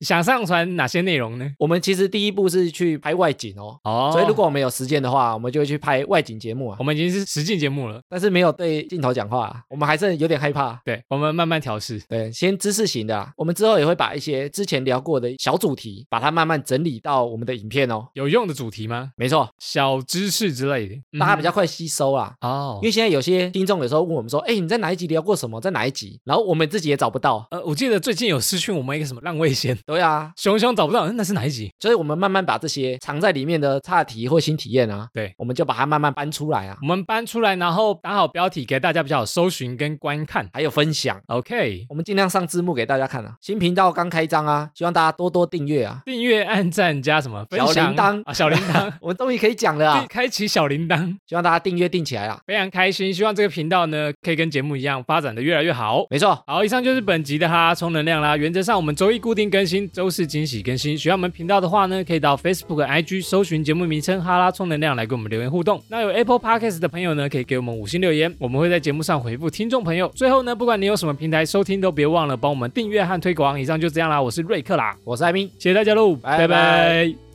[SPEAKER 1] 想上传哪些内容呢？
[SPEAKER 2] 我们其实第一步是去拍外景哦，
[SPEAKER 1] 哦，
[SPEAKER 2] 所以如果我们有时间的话，我们就会去拍外景节目啊
[SPEAKER 1] 我。们已经是实境节目了，
[SPEAKER 2] 但是没有对镜头讲话啊，我们还是有点害怕。
[SPEAKER 1] 对，我们慢慢调试。
[SPEAKER 2] 对，先知识型的啊，我们之后也会把一些之前聊过的小主题，把它慢慢整理到我们的影片哦。
[SPEAKER 1] 有用的主题吗？
[SPEAKER 2] 没错，
[SPEAKER 1] 小知识之类的，
[SPEAKER 2] 大家比
[SPEAKER 1] 较
[SPEAKER 2] 较快吸收啦。
[SPEAKER 1] 哦
[SPEAKER 2] 因。为现在有些听众有时候问我们说，哎，你在哪一集聊过什么？在哪一集？然后我们自己也找不到。
[SPEAKER 1] 呃，我记得最近有私讯我们一个什么浪味仙，
[SPEAKER 2] 对啊，
[SPEAKER 1] 熊熊找不到，嗯那是哪一集？
[SPEAKER 2] 所以我们慢慢把这些藏在里面的差题或新体验啊，吗？
[SPEAKER 1] 对，
[SPEAKER 2] 我们就把它慢慢搬出来啊，
[SPEAKER 1] 我们搬出来，然后打好标题，给大家比较好搜寻跟观看。
[SPEAKER 2] 还有分享，
[SPEAKER 1] OK，
[SPEAKER 2] 我们尽量上字幕给大家看啊。新频道刚开张啊，希望大家多多订阅啊。
[SPEAKER 1] 订阅、按赞加什么？分
[SPEAKER 2] 小
[SPEAKER 1] 享
[SPEAKER 2] 铃铛。
[SPEAKER 1] 啊，小铃铛
[SPEAKER 2] 我们终于可以讲了啊，
[SPEAKER 1] 开启小铃铛，
[SPEAKER 2] 希望大家订阅订起来啊。
[SPEAKER 1] 非常开心。希望这个频道呢，可以跟节目一样发展的越来越好。
[SPEAKER 2] 没错，
[SPEAKER 1] 好，以上就是本集的哈哈充能量啦。原则上我们周一固定更新，周四惊喜更新。喜欢我们频道的话呢，可以到 Facebook、IG 搜寻节目名称“哈拉充能量”来跟我们留言互动。那有 Apple Podcast 的朋友呢，可以给我们五星留言，我们会在节目上回复听众朋友。最后呢，不管你有什么平台收听，都别忘了帮我们订阅和推广。以上就这样啦，我是瑞克啦，
[SPEAKER 2] 我是艾米。
[SPEAKER 1] 谢谢大家喽，
[SPEAKER 2] 拜
[SPEAKER 1] 拜拜